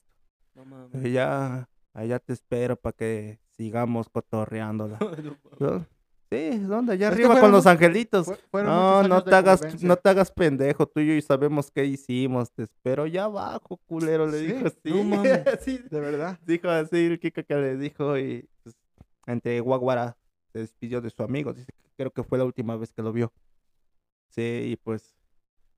[SPEAKER 3] No mames.
[SPEAKER 1] Ya, allá te espero para que sigamos cotorreándola.
[SPEAKER 3] No mames.
[SPEAKER 1] Yo, Sí, ¿dónde? Allá
[SPEAKER 2] Es que
[SPEAKER 1] arriba con
[SPEAKER 2] fueron
[SPEAKER 1] los
[SPEAKER 2] mu-
[SPEAKER 1] angelitos.
[SPEAKER 2] Fue- fueron
[SPEAKER 1] No,
[SPEAKER 2] muchos
[SPEAKER 1] no
[SPEAKER 2] años
[SPEAKER 1] te
[SPEAKER 2] de
[SPEAKER 1] hagas,
[SPEAKER 2] convivencia.
[SPEAKER 1] no te hagas pendejo, tú y yo sabemos qué hicimos, te espero ya abajo, culero, le
[SPEAKER 2] Sí,
[SPEAKER 1] dijo así.
[SPEAKER 2] no mames.
[SPEAKER 1] Sí,
[SPEAKER 2] De verdad.
[SPEAKER 1] dijo así el Kiko que le dijo y pues, entre guaguara se despidió de su amigo, dice que creo que fue la última vez que lo vio. Sí, y pues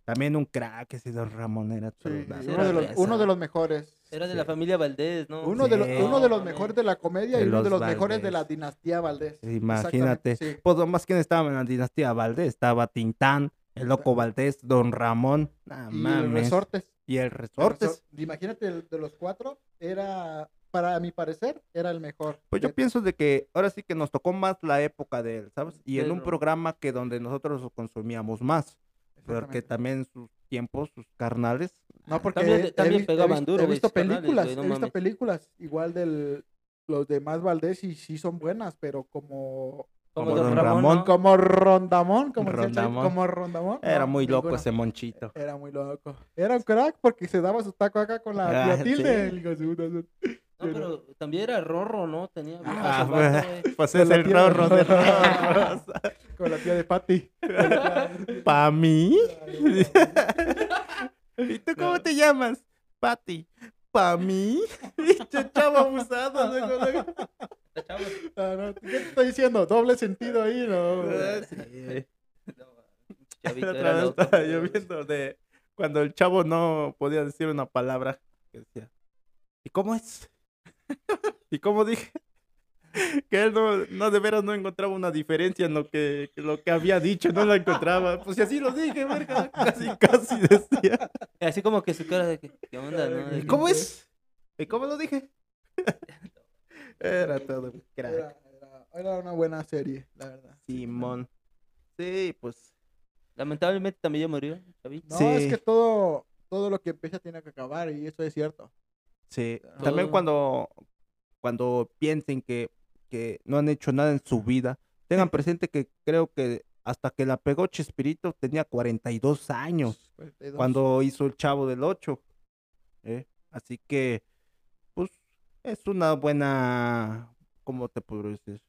[SPEAKER 1] también un crack ese don Ramón era
[SPEAKER 2] Sí,
[SPEAKER 1] todo una
[SPEAKER 2] sí, uno, de los,
[SPEAKER 1] cabeza.
[SPEAKER 2] uno de los mejores.
[SPEAKER 3] Era de
[SPEAKER 1] Sí.
[SPEAKER 3] la familia Valdés, ¿no?
[SPEAKER 2] Uno, de, los-
[SPEAKER 1] Sí.
[SPEAKER 2] uno de los
[SPEAKER 3] No,
[SPEAKER 2] mejores de la comedia
[SPEAKER 1] De
[SPEAKER 2] y uno de
[SPEAKER 1] los
[SPEAKER 2] los mejores de la
[SPEAKER 1] Valdés.
[SPEAKER 2] dinastía Valdés.
[SPEAKER 1] Imagínate.
[SPEAKER 2] Exactamente, sí.
[SPEAKER 1] Pues nomás quién estaba en la dinastía Valdés, estaba Tintán, el loco Valdés, don Ramón, nah,
[SPEAKER 2] Y el
[SPEAKER 1] mames.
[SPEAKER 2] Resortes.
[SPEAKER 1] Y el
[SPEAKER 2] el
[SPEAKER 1] resortes.
[SPEAKER 2] Resor- Imagínate, el- de los cuatro, era, para mi parecer, era el mejor. Eh,
[SPEAKER 1] Pues yo
[SPEAKER 2] De-
[SPEAKER 1] pienso de que ahora sí que nos tocó más la época de él, ¿sabes? Y en un
[SPEAKER 3] Pero-
[SPEAKER 1] programa que donde nosotros lo consumíamos más, porque
[SPEAKER 2] Exactamente.
[SPEAKER 1] también sus tiempos, sus carnales,
[SPEAKER 2] No, porque
[SPEAKER 3] También-
[SPEAKER 2] he-
[SPEAKER 3] también
[SPEAKER 2] he, visto- he
[SPEAKER 3] pegaban
[SPEAKER 2] visto-
[SPEAKER 3] duro,
[SPEAKER 2] He
[SPEAKER 3] güey,
[SPEAKER 2] visto
[SPEAKER 3] sus canales,
[SPEAKER 2] películas,
[SPEAKER 3] güey, no
[SPEAKER 2] he visto
[SPEAKER 3] mames.
[SPEAKER 2] películas igual del los demás Valdés y sí son buenas, pero como
[SPEAKER 3] Como
[SPEAKER 1] Como
[SPEAKER 3] Don
[SPEAKER 1] Don
[SPEAKER 3] Ramón.
[SPEAKER 1] Ramón.
[SPEAKER 3] ¿no?
[SPEAKER 2] como Rondamón, como decía el Chayo,
[SPEAKER 1] Rondamón.
[SPEAKER 2] como Rondamón.
[SPEAKER 1] era
[SPEAKER 2] no,
[SPEAKER 1] muy loco
[SPEAKER 2] ninguna.
[SPEAKER 1] ese monchito.
[SPEAKER 2] Era muy loco. Era un crack porque se daba su taco acá con la
[SPEAKER 1] Ah,
[SPEAKER 2] tía
[SPEAKER 1] sí.
[SPEAKER 2] tilde. el hijo de su puta madre.
[SPEAKER 3] No, pero también era Rorro, ¿no? Tenía
[SPEAKER 1] Ah,
[SPEAKER 3] viejas el vato, güey.
[SPEAKER 1] Pues
[SPEAKER 2] De
[SPEAKER 1] es
[SPEAKER 2] la
[SPEAKER 1] el
[SPEAKER 2] tierra.
[SPEAKER 1] rorro de rorros.
[SPEAKER 2] Con la tía de Patty. Ah,
[SPEAKER 1] ¿Pa mí? ¿Y tú cómo te llamas? Pati. ¿Pa mí? Dicho chavo abusado. luego, luego.
[SPEAKER 3] Está chavo.
[SPEAKER 2] Ah, no, ¿Qué te estoy diciendo? Doble sentido ahí, ¿no?
[SPEAKER 1] Ah, sí.
[SPEAKER 3] No, chavito,
[SPEAKER 1] La otra
[SPEAKER 3] era
[SPEAKER 1] vez
[SPEAKER 3] loco,
[SPEAKER 1] estaba
[SPEAKER 3] pero-
[SPEAKER 1] yo viendo de cuando el chavo no podía decir una palabra que decía. ¿Y cómo es? ¿Y cómo dije? Que él no, no de veras no encontraba una diferencia en lo que, que lo que había dicho, no la encontraba. Pues si así lo dije, verga, casi casi decía.
[SPEAKER 3] Así como que su cara de que, ¿qué onda, no? De
[SPEAKER 1] ¿Y
[SPEAKER 3] que-
[SPEAKER 1] cómo es? ¿Y cómo lo dije? Era todo un crack.
[SPEAKER 2] Era, era- era una buena serie, la verdad.
[SPEAKER 1] Simón. Sí, pues.
[SPEAKER 3] Lamentablemente también ya murió, Chavi.
[SPEAKER 2] No,
[SPEAKER 1] Sí.
[SPEAKER 2] es que todo, todo lo que empieza tiene que acabar y eso es cierto.
[SPEAKER 1] Sí,
[SPEAKER 2] Todo.
[SPEAKER 1] también
[SPEAKER 3] Oh.
[SPEAKER 1] cuando, cuando piensen que, que no han hecho nada en su vida, tengan presente que creo que hasta que la pegó Chespirito tenía 42 años
[SPEAKER 2] 42.
[SPEAKER 1] cuando hizo el Chavo del Ocho. ¿eh? Así que, pues, es una buena, ¿cómo te puedo decir?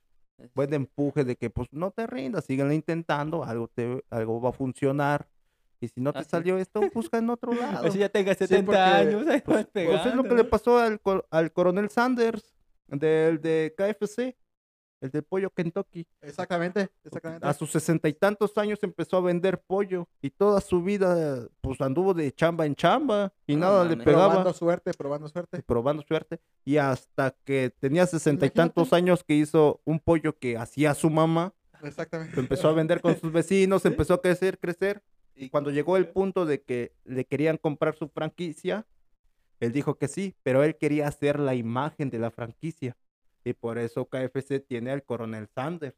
[SPEAKER 1] Buen empuje de que, pues, no te rindas, síguenlo intentando, algo, te, algo va a funcionar. Y si no te
[SPEAKER 3] Así es.
[SPEAKER 1] salió esto, busca en otro lado.
[SPEAKER 3] Pues
[SPEAKER 4] Así ya tengas
[SPEAKER 2] Sí,
[SPEAKER 4] 70
[SPEAKER 2] porque,
[SPEAKER 4] años, ahí vas
[SPEAKER 1] Pues es lo
[SPEAKER 4] pegando,
[SPEAKER 1] que le
[SPEAKER 4] ¿no?
[SPEAKER 1] pasó al, cor- al coronel Sanders, del de KFC, el de pollo Kentucky.
[SPEAKER 2] Exactamente, exactamente.
[SPEAKER 1] A sus sesenta y tantos años empezó a vender pollo y toda su vida pues anduvo de chamba en chamba y
[SPEAKER 3] No
[SPEAKER 1] nada le
[SPEAKER 3] mames.
[SPEAKER 1] pegaba,
[SPEAKER 2] Probando suerte, probando suerte.
[SPEAKER 1] probando suerte. Y hasta que tenía sesenta y
[SPEAKER 2] Imagínate.
[SPEAKER 1] tantos años que hizo un pollo que hacía su mamá,
[SPEAKER 2] Exactamente.
[SPEAKER 1] lo empezó a vender con sus vecinos, empezó a crecer, crecer. Y cuando llegó el punto de que le querían comprar su franquicia, él dijo que sí, pero él quería hacer la imagen de la franquicia. Y por eso KFC tiene al coronel Sanders.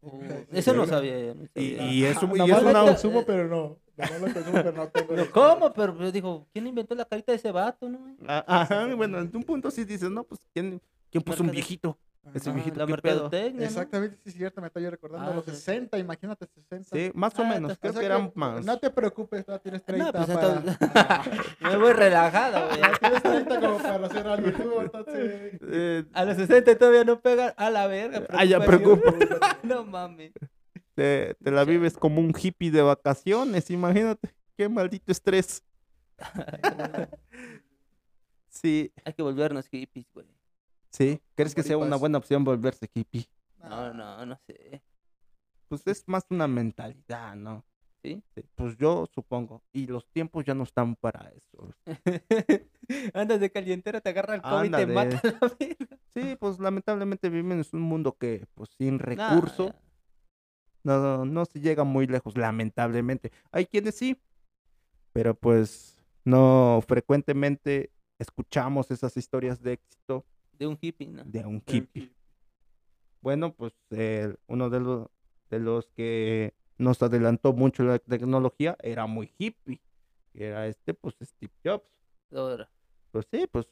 [SPEAKER 3] Oh, eso no
[SPEAKER 1] Sí.
[SPEAKER 3] sabía. yo, no
[SPEAKER 1] Y,
[SPEAKER 3] sabía.
[SPEAKER 1] y es, un- y
[SPEAKER 2] Nomás
[SPEAKER 1] es
[SPEAKER 2] la
[SPEAKER 1] una...
[SPEAKER 2] consumo, pero no. Nomás la consumo, pero no tengo.
[SPEAKER 3] Pero, ¿Cómo? Pero pues, dijo, ¿quién inventó la carita de ese vato, no? güey?
[SPEAKER 1] Ah, Ajá, bueno, en un punto sí dices, no, pues, ¿quién, quién puso un
[SPEAKER 3] Marca de-
[SPEAKER 1] viejito? Ese
[SPEAKER 2] Ajá.
[SPEAKER 1] mijito,
[SPEAKER 3] Ah, la
[SPEAKER 1] ¿qué pedo?
[SPEAKER 3] mercadotecnia, ¿no?
[SPEAKER 2] Exactamente, sí es cierto, me estoy recordando.
[SPEAKER 3] Ah,
[SPEAKER 2] los
[SPEAKER 3] sí.
[SPEAKER 2] 60, imagínate 60.
[SPEAKER 1] Sí, más o
[SPEAKER 3] Ah,
[SPEAKER 1] menos,
[SPEAKER 3] entonces,
[SPEAKER 1] creo
[SPEAKER 2] O sea
[SPEAKER 1] que
[SPEAKER 2] que
[SPEAKER 1] eran más.
[SPEAKER 2] No te preocupes, todavía tienes 30
[SPEAKER 3] pues,
[SPEAKER 2] para...
[SPEAKER 3] entonces- Me voy relajado, güey.
[SPEAKER 2] tienes 30 como para hacer algo tú, entonces...
[SPEAKER 1] Eh,
[SPEAKER 4] A los 60 todavía no pegan. A la verga.
[SPEAKER 1] Ah, ya
[SPEAKER 4] preocupación. Ah,
[SPEAKER 3] No mames.
[SPEAKER 1] te, te la vives como un hippie de vacaciones, imagínate, qué maldito estrés. Sí,
[SPEAKER 3] Hay que volvernos hippies, güey.
[SPEAKER 1] sí, ¿crees que sea una
[SPEAKER 2] Tamaulipas.
[SPEAKER 1] buena opción volverse hippie?
[SPEAKER 4] Ah.
[SPEAKER 3] No, no, no sé.
[SPEAKER 1] Pues es más una mentalidad, ¿no?
[SPEAKER 3] ¿Sí?
[SPEAKER 1] Pues yo supongo, y los tiempos ya no están para eso.
[SPEAKER 4] Andas de calientera, te agarra el COVID y te
[SPEAKER 1] Ándale.
[SPEAKER 4] mata a la verga.
[SPEAKER 1] Sí, pues lamentablemente vivimos en un mundo que, pues sin
[SPEAKER 3] Nah,
[SPEAKER 1] recurso,
[SPEAKER 3] ya.
[SPEAKER 1] no, no, no se llega muy lejos, lamentablemente. Hay quienes sí, pero pues no frecuentemente escuchamos esas historias de éxito
[SPEAKER 3] de un hippie, ¿no?
[SPEAKER 1] de un hippie. Bueno, pues eh, uno de los, de los que nos adelantó mucho la tecnología era muy hippie, que era este, pues Steve Jobs.
[SPEAKER 3] Ahora,
[SPEAKER 1] Pues sí, pues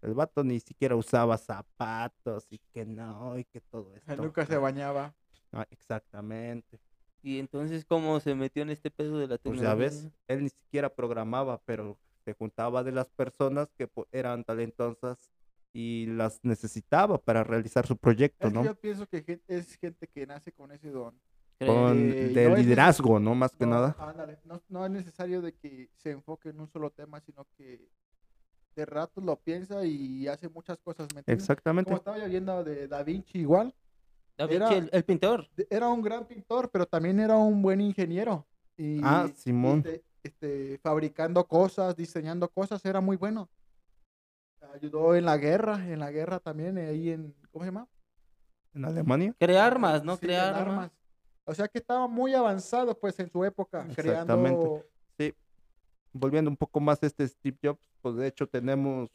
[SPEAKER 1] el vato ni siquiera usaba zapatos y que no, y que todo esto.
[SPEAKER 2] Ah, Nunca se bañaba.
[SPEAKER 1] Ah, exactamente.
[SPEAKER 3] Y entonces, ¿cómo se metió en este pedo de la
[SPEAKER 1] Pues
[SPEAKER 3] tecnología?
[SPEAKER 1] ya ves, él ni siquiera programaba, pero se juntaba de las personas que po- eran talentosas y las necesitaba para realizar su proyecto,
[SPEAKER 2] Es que
[SPEAKER 1] ¿no?
[SPEAKER 2] yo pienso que gen- es gente que nace con ese don.
[SPEAKER 3] ¿Crees?
[SPEAKER 1] Con,
[SPEAKER 2] Eh,
[SPEAKER 1] de
[SPEAKER 2] no es neces-
[SPEAKER 1] liderazgo, ¿no? Más que
[SPEAKER 2] No,
[SPEAKER 1] nada.
[SPEAKER 2] ándale, No, no es necesario de que se enfoque en un solo tema, sino que de rato lo piensa y hace muchas cosas. ¿me entiendes? Como
[SPEAKER 1] Exactamente.
[SPEAKER 2] estaba yo viendo de Da Vinci igual,
[SPEAKER 3] Da Vinci,
[SPEAKER 2] era-
[SPEAKER 3] el, el pintor.
[SPEAKER 2] de- era un gran pintor, pero también era un buen ingeniero. Y,
[SPEAKER 1] Ah,
[SPEAKER 2] y
[SPEAKER 1] Simón.
[SPEAKER 2] te- este, fabricando cosas, diseñando cosas, era muy bueno. Ayudó en la guerra, en la guerra también, eh, ahí en, ¿cómo se llama?
[SPEAKER 1] En Alemania.
[SPEAKER 3] Crea armas, ¿no?
[SPEAKER 2] Sí, en
[SPEAKER 3] Crea armas.
[SPEAKER 2] O sea que estaba muy avanzado pues en su época, creando...
[SPEAKER 1] Exactamente. Volviendo un poco más a este Steve Jobs, pues de hecho tenemos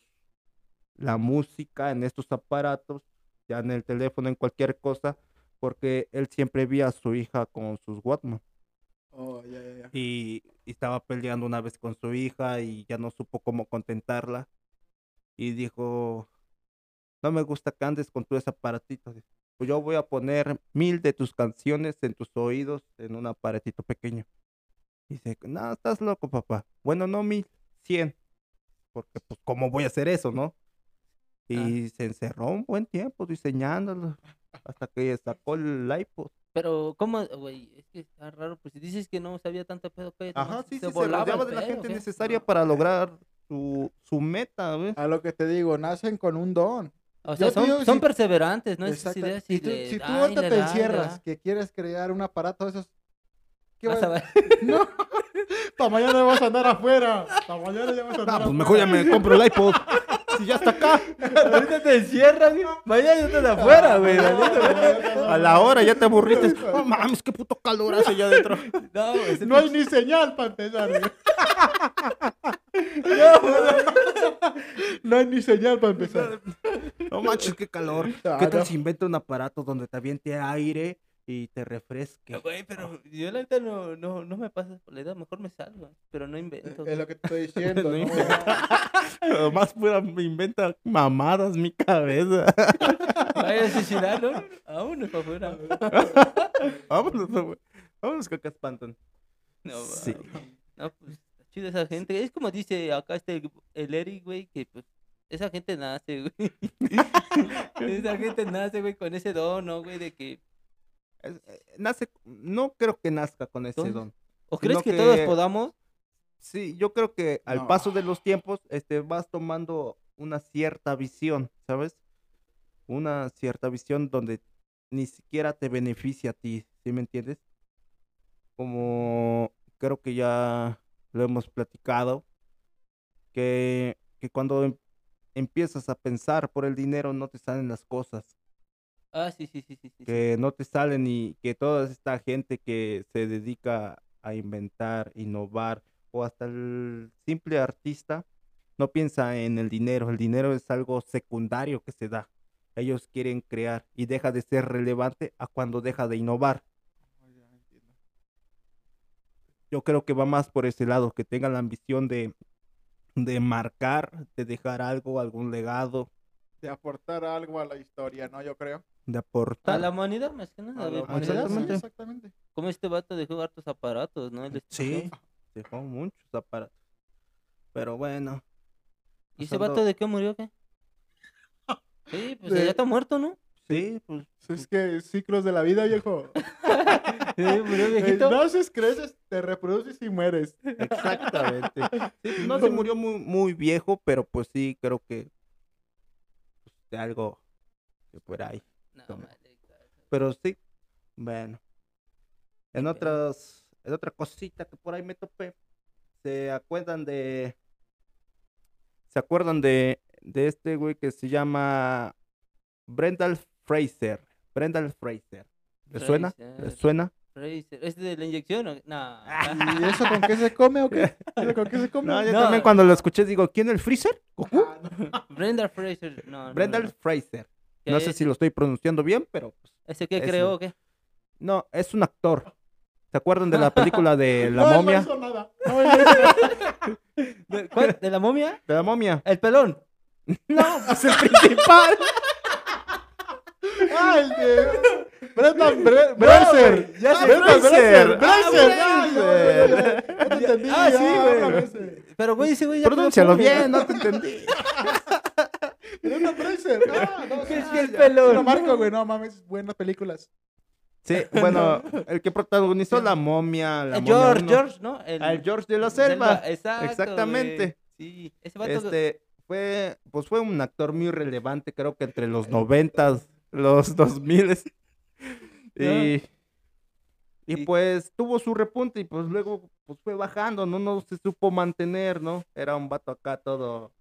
[SPEAKER 1] la música en estos aparatos, ya en el teléfono, en cualquier cosa, porque él siempre vía a su hija con sus Walkman.
[SPEAKER 2] Oh, ya, ya, ya.
[SPEAKER 1] y y estaba peleando una vez con su hija y ya no supo cómo contentarla. Y dijo, no me gusta que andes con tus aparatitos. Dice, Pues yo voy a poner mil de tus canciones en tus oídos en un aparatito pequeño. Dice, no, estás loco, papá. Bueno, no mil, cien. Porque, pues, ¿cómo voy a hacer eso, no? Y se encerró un buen tiempo diseñándolo hasta que sacó el iPod.
[SPEAKER 3] Pero, ¿cómo? Güey, es que está raro. Pues si dices que no sabía tanto pedo, que
[SPEAKER 1] Ajá, sí, sí, se
[SPEAKER 3] volaba
[SPEAKER 1] rodeaba
[SPEAKER 3] el
[SPEAKER 1] de la
[SPEAKER 3] pedo, ¿eh?
[SPEAKER 1] gente
[SPEAKER 3] ¿qué?
[SPEAKER 1] necesaria para lograr su, su meta, ¿ves?
[SPEAKER 2] A lo que te digo, nacen con un don.
[SPEAKER 3] O sea,
[SPEAKER 2] Yo te
[SPEAKER 3] son,
[SPEAKER 2] digo,
[SPEAKER 3] son
[SPEAKER 2] si-
[SPEAKER 3] perseverantes, ¿no? Esas
[SPEAKER 2] Exacta-
[SPEAKER 3] ideas.
[SPEAKER 2] si
[SPEAKER 3] y
[SPEAKER 2] tú,
[SPEAKER 3] le
[SPEAKER 2] si tú
[SPEAKER 3] dan, y
[SPEAKER 2] ahorita
[SPEAKER 3] le
[SPEAKER 2] te
[SPEAKER 3] dan, le
[SPEAKER 2] encierras,
[SPEAKER 3] dan.
[SPEAKER 2] que quieres crear un aparato de esos... ¿Qué
[SPEAKER 3] Vas
[SPEAKER 2] vas-
[SPEAKER 3] a ver.
[SPEAKER 2] No, para mañana vas a andar afuera. Para mañana ya vas a
[SPEAKER 1] No,
[SPEAKER 2] andar
[SPEAKER 1] pues mejor ya me compro el iPod. Si ya está acá.
[SPEAKER 4] Ahorita te encierran, güey. Mañana estás afuera, güey. la neta, güey.
[SPEAKER 1] A la hora ya te aburriste. No mames, qué puto calor hace allá adentro.
[SPEAKER 3] No, pues, güey, ese
[SPEAKER 2] No hay ni señal para empezar. güey. No hay ni señal para empezar.
[SPEAKER 1] No manches, qué calor.
[SPEAKER 2] Ah,
[SPEAKER 1] ¿Qué tal
[SPEAKER 2] no.
[SPEAKER 1] si inventa un aparato donde te aviente aire y te refresque?
[SPEAKER 3] No, Güey, pero yo la neta no, no, no me pasa por la idea, mejor me salgo, pero no invento.
[SPEAKER 2] Es lo que te estoy diciendo.
[SPEAKER 1] No
[SPEAKER 2] ¿no?
[SPEAKER 1] Más pura me inventa mamadas mi cabeza.
[SPEAKER 3] Vaya a suicidar, ¿no? Aún no para afuera.
[SPEAKER 1] Vámonos, güey. Vámonos, que acá espantan.
[SPEAKER 3] No,
[SPEAKER 1] Sí.
[SPEAKER 3] mames. No, pues, está chido esa gente. Es como dice acá este, el Eric, güey, que pues, esa gente nace, güey. esa gente nace, güey, con ese don, ¿no, güey? De que,
[SPEAKER 1] Es- eh, Nace, no creo que nazca con ese
[SPEAKER 3] Entonces,
[SPEAKER 1] don.
[SPEAKER 3] ¿O crees
[SPEAKER 1] sino
[SPEAKER 3] que, todos
[SPEAKER 1] que-
[SPEAKER 3] podamos?
[SPEAKER 1] Sí, yo creo que al
[SPEAKER 2] No.
[SPEAKER 1] paso de los tiempos, este, vas tomando una cierta visión, ¿sabes? Una cierta visión donde ni siquiera te beneficia a ti, ¿sí me entiendes? Como creo que ya lo hemos platicado, que, que cuando em- empiezas a pensar por el dinero no te salen las cosas
[SPEAKER 3] Ah, sí, sí, sí, sí. sí, sí.
[SPEAKER 1] que no te salen y que toda esta gente que se dedica a inventar, innovar o hasta el simple artista no piensa en el dinero, el dinero es algo secundario que se da. Ellos quieren crear y deja de ser relevante a cuando deja de innovar. Yo creo que va más por ese lado, que tengan la ambición de, de marcar, de dejar algo, algún legado,
[SPEAKER 2] De aportar algo a la historia, ¿no? Yo creo.
[SPEAKER 1] de
[SPEAKER 3] A
[SPEAKER 1] aportar.
[SPEAKER 3] la humanidad más que nada.
[SPEAKER 2] A la
[SPEAKER 3] güey,
[SPEAKER 2] humanidad,
[SPEAKER 3] porque
[SPEAKER 2] sí,
[SPEAKER 1] Exactamente.
[SPEAKER 2] exactamente.
[SPEAKER 3] Como este vato dejó hartos aparatos, ¿no? El este
[SPEAKER 1] Sí, dejó muchos aparatos. Pero bueno.
[SPEAKER 3] ¿Y ese
[SPEAKER 1] pasando-
[SPEAKER 3] vato de qué murió, qué? Sí, pues
[SPEAKER 2] De-
[SPEAKER 3] ya está muerto, ¿no?
[SPEAKER 1] Sí, pues
[SPEAKER 2] Es que ciclos de la vida, viejo. Eh,
[SPEAKER 3] Sí, murió viejito.
[SPEAKER 2] Naces, creces, te reproduces y mueres.
[SPEAKER 1] Exactamente. Sí, pues, no se murió muy, muy viejo, pero pues sí, creo que pues, de algo que por ahí.
[SPEAKER 3] No, madre,
[SPEAKER 1] Pero sí, bueno. En
[SPEAKER 3] pedo.
[SPEAKER 1] otras, en otra cosita que por ahí me topé, se acuerdan de, se acuerdan de, de este güey que se llama Brendan Fraser. Brendan Fraser. ¿Le suena? ¿Le
[SPEAKER 3] Fraser.
[SPEAKER 1] suena?
[SPEAKER 3] Fraser. ¿Este de la inyección o qué? No.
[SPEAKER 1] Ah.
[SPEAKER 2] ¿Y eso con qué se come o qué? ¿Eso ¿Con qué se come?
[SPEAKER 1] No, yo
[SPEAKER 3] No.
[SPEAKER 1] también cuando lo escuché digo, ¿quién el Freezer? ¿Goku?
[SPEAKER 2] Ah, no.
[SPEAKER 3] Brenda Fraser. No, no,
[SPEAKER 1] Brendan
[SPEAKER 3] no.
[SPEAKER 1] Fraser.
[SPEAKER 3] ¿Qué
[SPEAKER 1] No sé
[SPEAKER 3] es?
[SPEAKER 1] si lo estoy pronunciando bien, pero pues,
[SPEAKER 3] ¿Ese qué
[SPEAKER 1] ese.
[SPEAKER 3] creó o qué?
[SPEAKER 1] no, es un actor. ¿Se acuerdan de la película de Eh, La
[SPEAKER 2] No, él
[SPEAKER 1] momia?
[SPEAKER 2] No hizo nada. No, él no hizo nada.
[SPEAKER 3] ¿De, cuál? ¿De la momia?
[SPEAKER 1] De la momia.
[SPEAKER 3] ¿El pelón?
[SPEAKER 1] No, es el principal.
[SPEAKER 2] Ah, el de. Brendan Bre-
[SPEAKER 1] No,
[SPEAKER 2] Eh, Bracer.
[SPEAKER 1] güey, ya sé,
[SPEAKER 2] Brendan
[SPEAKER 1] Bracer. Ah,
[SPEAKER 2] Bracer. Bracer. Ah,
[SPEAKER 1] Bracer.
[SPEAKER 2] ya, ya, ya, ya. No te entendí.
[SPEAKER 3] Ah, sí,
[SPEAKER 2] ah,
[SPEAKER 3] güey.
[SPEAKER 2] Bracer.
[SPEAKER 3] Pero, güey, ese güey ya quedó
[SPEAKER 1] Pronúncialo
[SPEAKER 3] pobre.
[SPEAKER 1] bien, no te entendí.
[SPEAKER 2] Brendan Bracer. Ah, no,
[SPEAKER 3] ¿Qué es
[SPEAKER 2] ah,
[SPEAKER 3] que el
[SPEAKER 2] ya.
[SPEAKER 3] pelón?
[SPEAKER 2] Lo marco, güey. No mames, buenas películas.
[SPEAKER 1] Sí, bueno, el que protagonizó La momia. La
[SPEAKER 3] Eh,
[SPEAKER 1] momia
[SPEAKER 3] George,
[SPEAKER 1] 1.
[SPEAKER 3] George, ¿no? El,
[SPEAKER 1] Al George de la
[SPEAKER 3] del
[SPEAKER 1] Selva.
[SPEAKER 3] ba- Exacto, güey.
[SPEAKER 1] Exactamente.
[SPEAKER 3] Sí, ese vato.
[SPEAKER 1] Este fue, pues fue un actor muy relevante, creo que entre los noventas, los dos miles. Y, y
[SPEAKER 3] Ah. Y-
[SPEAKER 1] pues tuvo su repunte y pues luego pues fue bajando, ¿no? No se supo mantener, ¿no? Era un vato acá todo,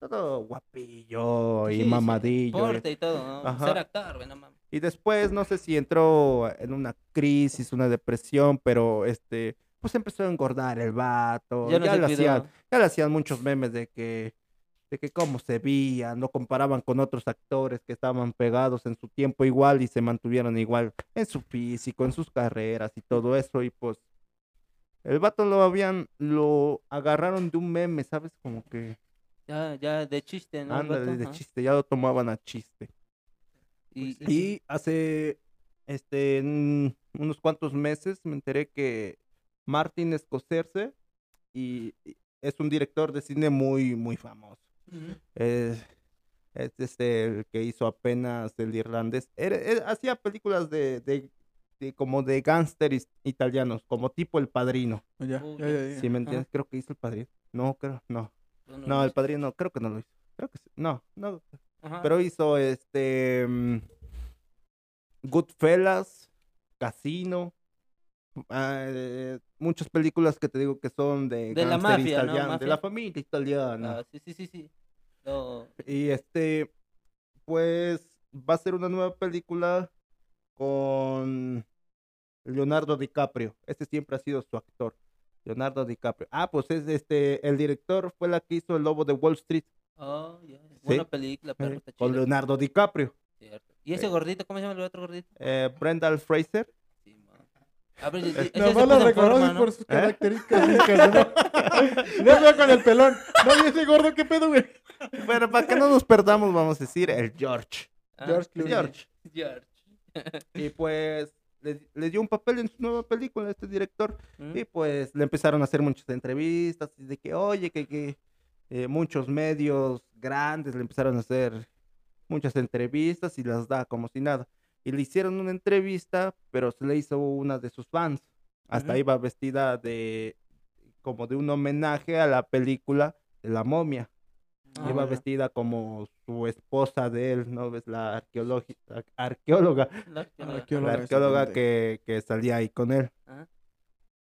[SPEAKER 1] todo guapillo
[SPEAKER 3] sí,
[SPEAKER 1] y
[SPEAKER 3] sí,
[SPEAKER 1] mamadillo. y-
[SPEAKER 3] Porte y todo, ¿no?
[SPEAKER 1] Ajá.
[SPEAKER 3] Ser actor, güey, no mames.
[SPEAKER 1] y después, no sé si entró en una crisis, una depresión, pero este, pues empezó a engordar el vato.
[SPEAKER 3] Ya no se
[SPEAKER 1] lo
[SPEAKER 3] cuidó.
[SPEAKER 1] hacían, ya le hacían muchos memes de que, de que cómo se veía, no comparaban con otros actores que estaban pegados en su tiempo igual y se mantuvieron igual en su físico, en sus carreras y todo eso. Y pues, el vato lo habían, lo agarraron de un meme, ¿sabes? Como que,
[SPEAKER 3] Ya, ya, de chiste, ¿no? El
[SPEAKER 1] ándale,
[SPEAKER 3] vato,
[SPEAKER 1] de
[SPEAKER 3] ajá.
[SPEAKER 1] chiste, ya lo tomaban a chiste.
[SPEAKER 3] Y, y-
[SPEAKER 1] Y Pues hace este en unos cuantos meses me enteré que Martin Scorsese y, y es un director de cine muy muy famoso.
[SPEAKER 3] Ujú.
[SPEAKER 1] Es, es este el que hizo apenas el irlandés. Era- era- hacía películas de, de- de como de gángsteres italianos, como tipo El Padrino.
[SPEAKER 2] Ya,
[SPEAKER 3] Ok.
[SPEAKER 2] ya, ya,
[SPEAKER 1] Si
[SPEAKER 2] ya.
[SPEAKER 1] me
[SPEAKER 3] Ajá.
[SPEAKER 1] entiendes, creo que hizo El Padrino. No, creo, no.
[SPEAKER 3] bueno, pues,
[SPEAKER 1] No, El Padrino creo que no lo hizo. Creo que sí. No, no,
[SPEAKER 3] ajá.
[SPEAKER 1] pero hizo este mm, Goodfellas, Casino, ah, eh, muchas películas que te digo que son de,
[SPEAKER 3] De la
[SPEAKER 1] gángster
[SPEAKER 3] mafia, ¿no?
[SPEAKER 1] italiano, de la
[SPEAKER 3] Mafia.
[SPEAKER 1] familia italiana.
[SPEAKER 3] Ah, sí, sí, sí, sí. Lo-
[SPEAKER 1] Y este, pues va a ser una nueva película con Leonardo DiCaprio. Este siempre ha sido su actor. Leonardo DiCaprio. Ah, pues es este, el director fue la que hizo El Lobo de Wall Street
[SPEAKER 3] oh, ya. Buena película, perro,
[SPEAKER 1] eh,
[SPEAKER 3] está
[SPEAKER 1] con
[SPEAKER 3] chida.
[SPEAKER 1] Leonardo DiCaprio.
[SPEAKER 3] Cierto. ¿Y ese
[SPEAKER 1] Eh.
[SPEAKER 3] gordito? ¿Cómo se llama el otro gordito?
[SPEAKER 1] eh, Brendan Fraser.
[SPEAKER 3] Sí, man. A
[SPEAKER 1] Eh,
[SPEAKER 3] ver, ese, ese se
[SPEAKER 2] Nomás lo
[SPEAKER 3] puso en
[SPEAKER 2] reconoces
[SPEAKER 3] forma, ¿no?
[SPEAKER 2] por sus características. ¿no? No veo con el pelón. No vi ese gordo, qué pedo, güey.
[SPEAKER 1] Pero para que no nos perdamos, vamos a decir el George.
[SPEAKER 3] Ah,
[SPEAKER 2] George
[SPEAKER 1] El
[SPEAKER 2] Clooney.
[SPEAKER 1] George.
[SPEAKER 3] George.
[SPEAKER 1] Y pues le, le dio un papel en su nueva película a este director.
[SPEAKER 3] ¿Mm?
[SPEAKER 1] Y pues le empezaron a hacer muchas entrevistas. y De que, oye, que, que eh, muchos medios grandes le empezaron a hacer muchas entrevistas y las da como si nada. Y le hicieron una entrevista, pero se le hizo una de sus fans. Hasta
[SPEAKER 3] Ujú.
[SPEAKER 1] iba vestida de como de un homenaje a la película de la momia.
[SPEAKER 3] Ah,
[SPEAKER 1] iba
[SPEAKER 3] bueno.
[SPEAKER 1] vestida como su esposa de él, ¿no? ¿Ves? La arqueologi- ar- arqueóloga,
[SPEAKER 3] La que no-
[SPEAKER 1] la
[SPEAKER 2] Arqueóloga,
[SPEAKER 1] arqueóloga
[SPEAKER 2] exactamente.
[SPEAKER 1] que, que salía ahí con él.
[SPEAKER 3] Ajá.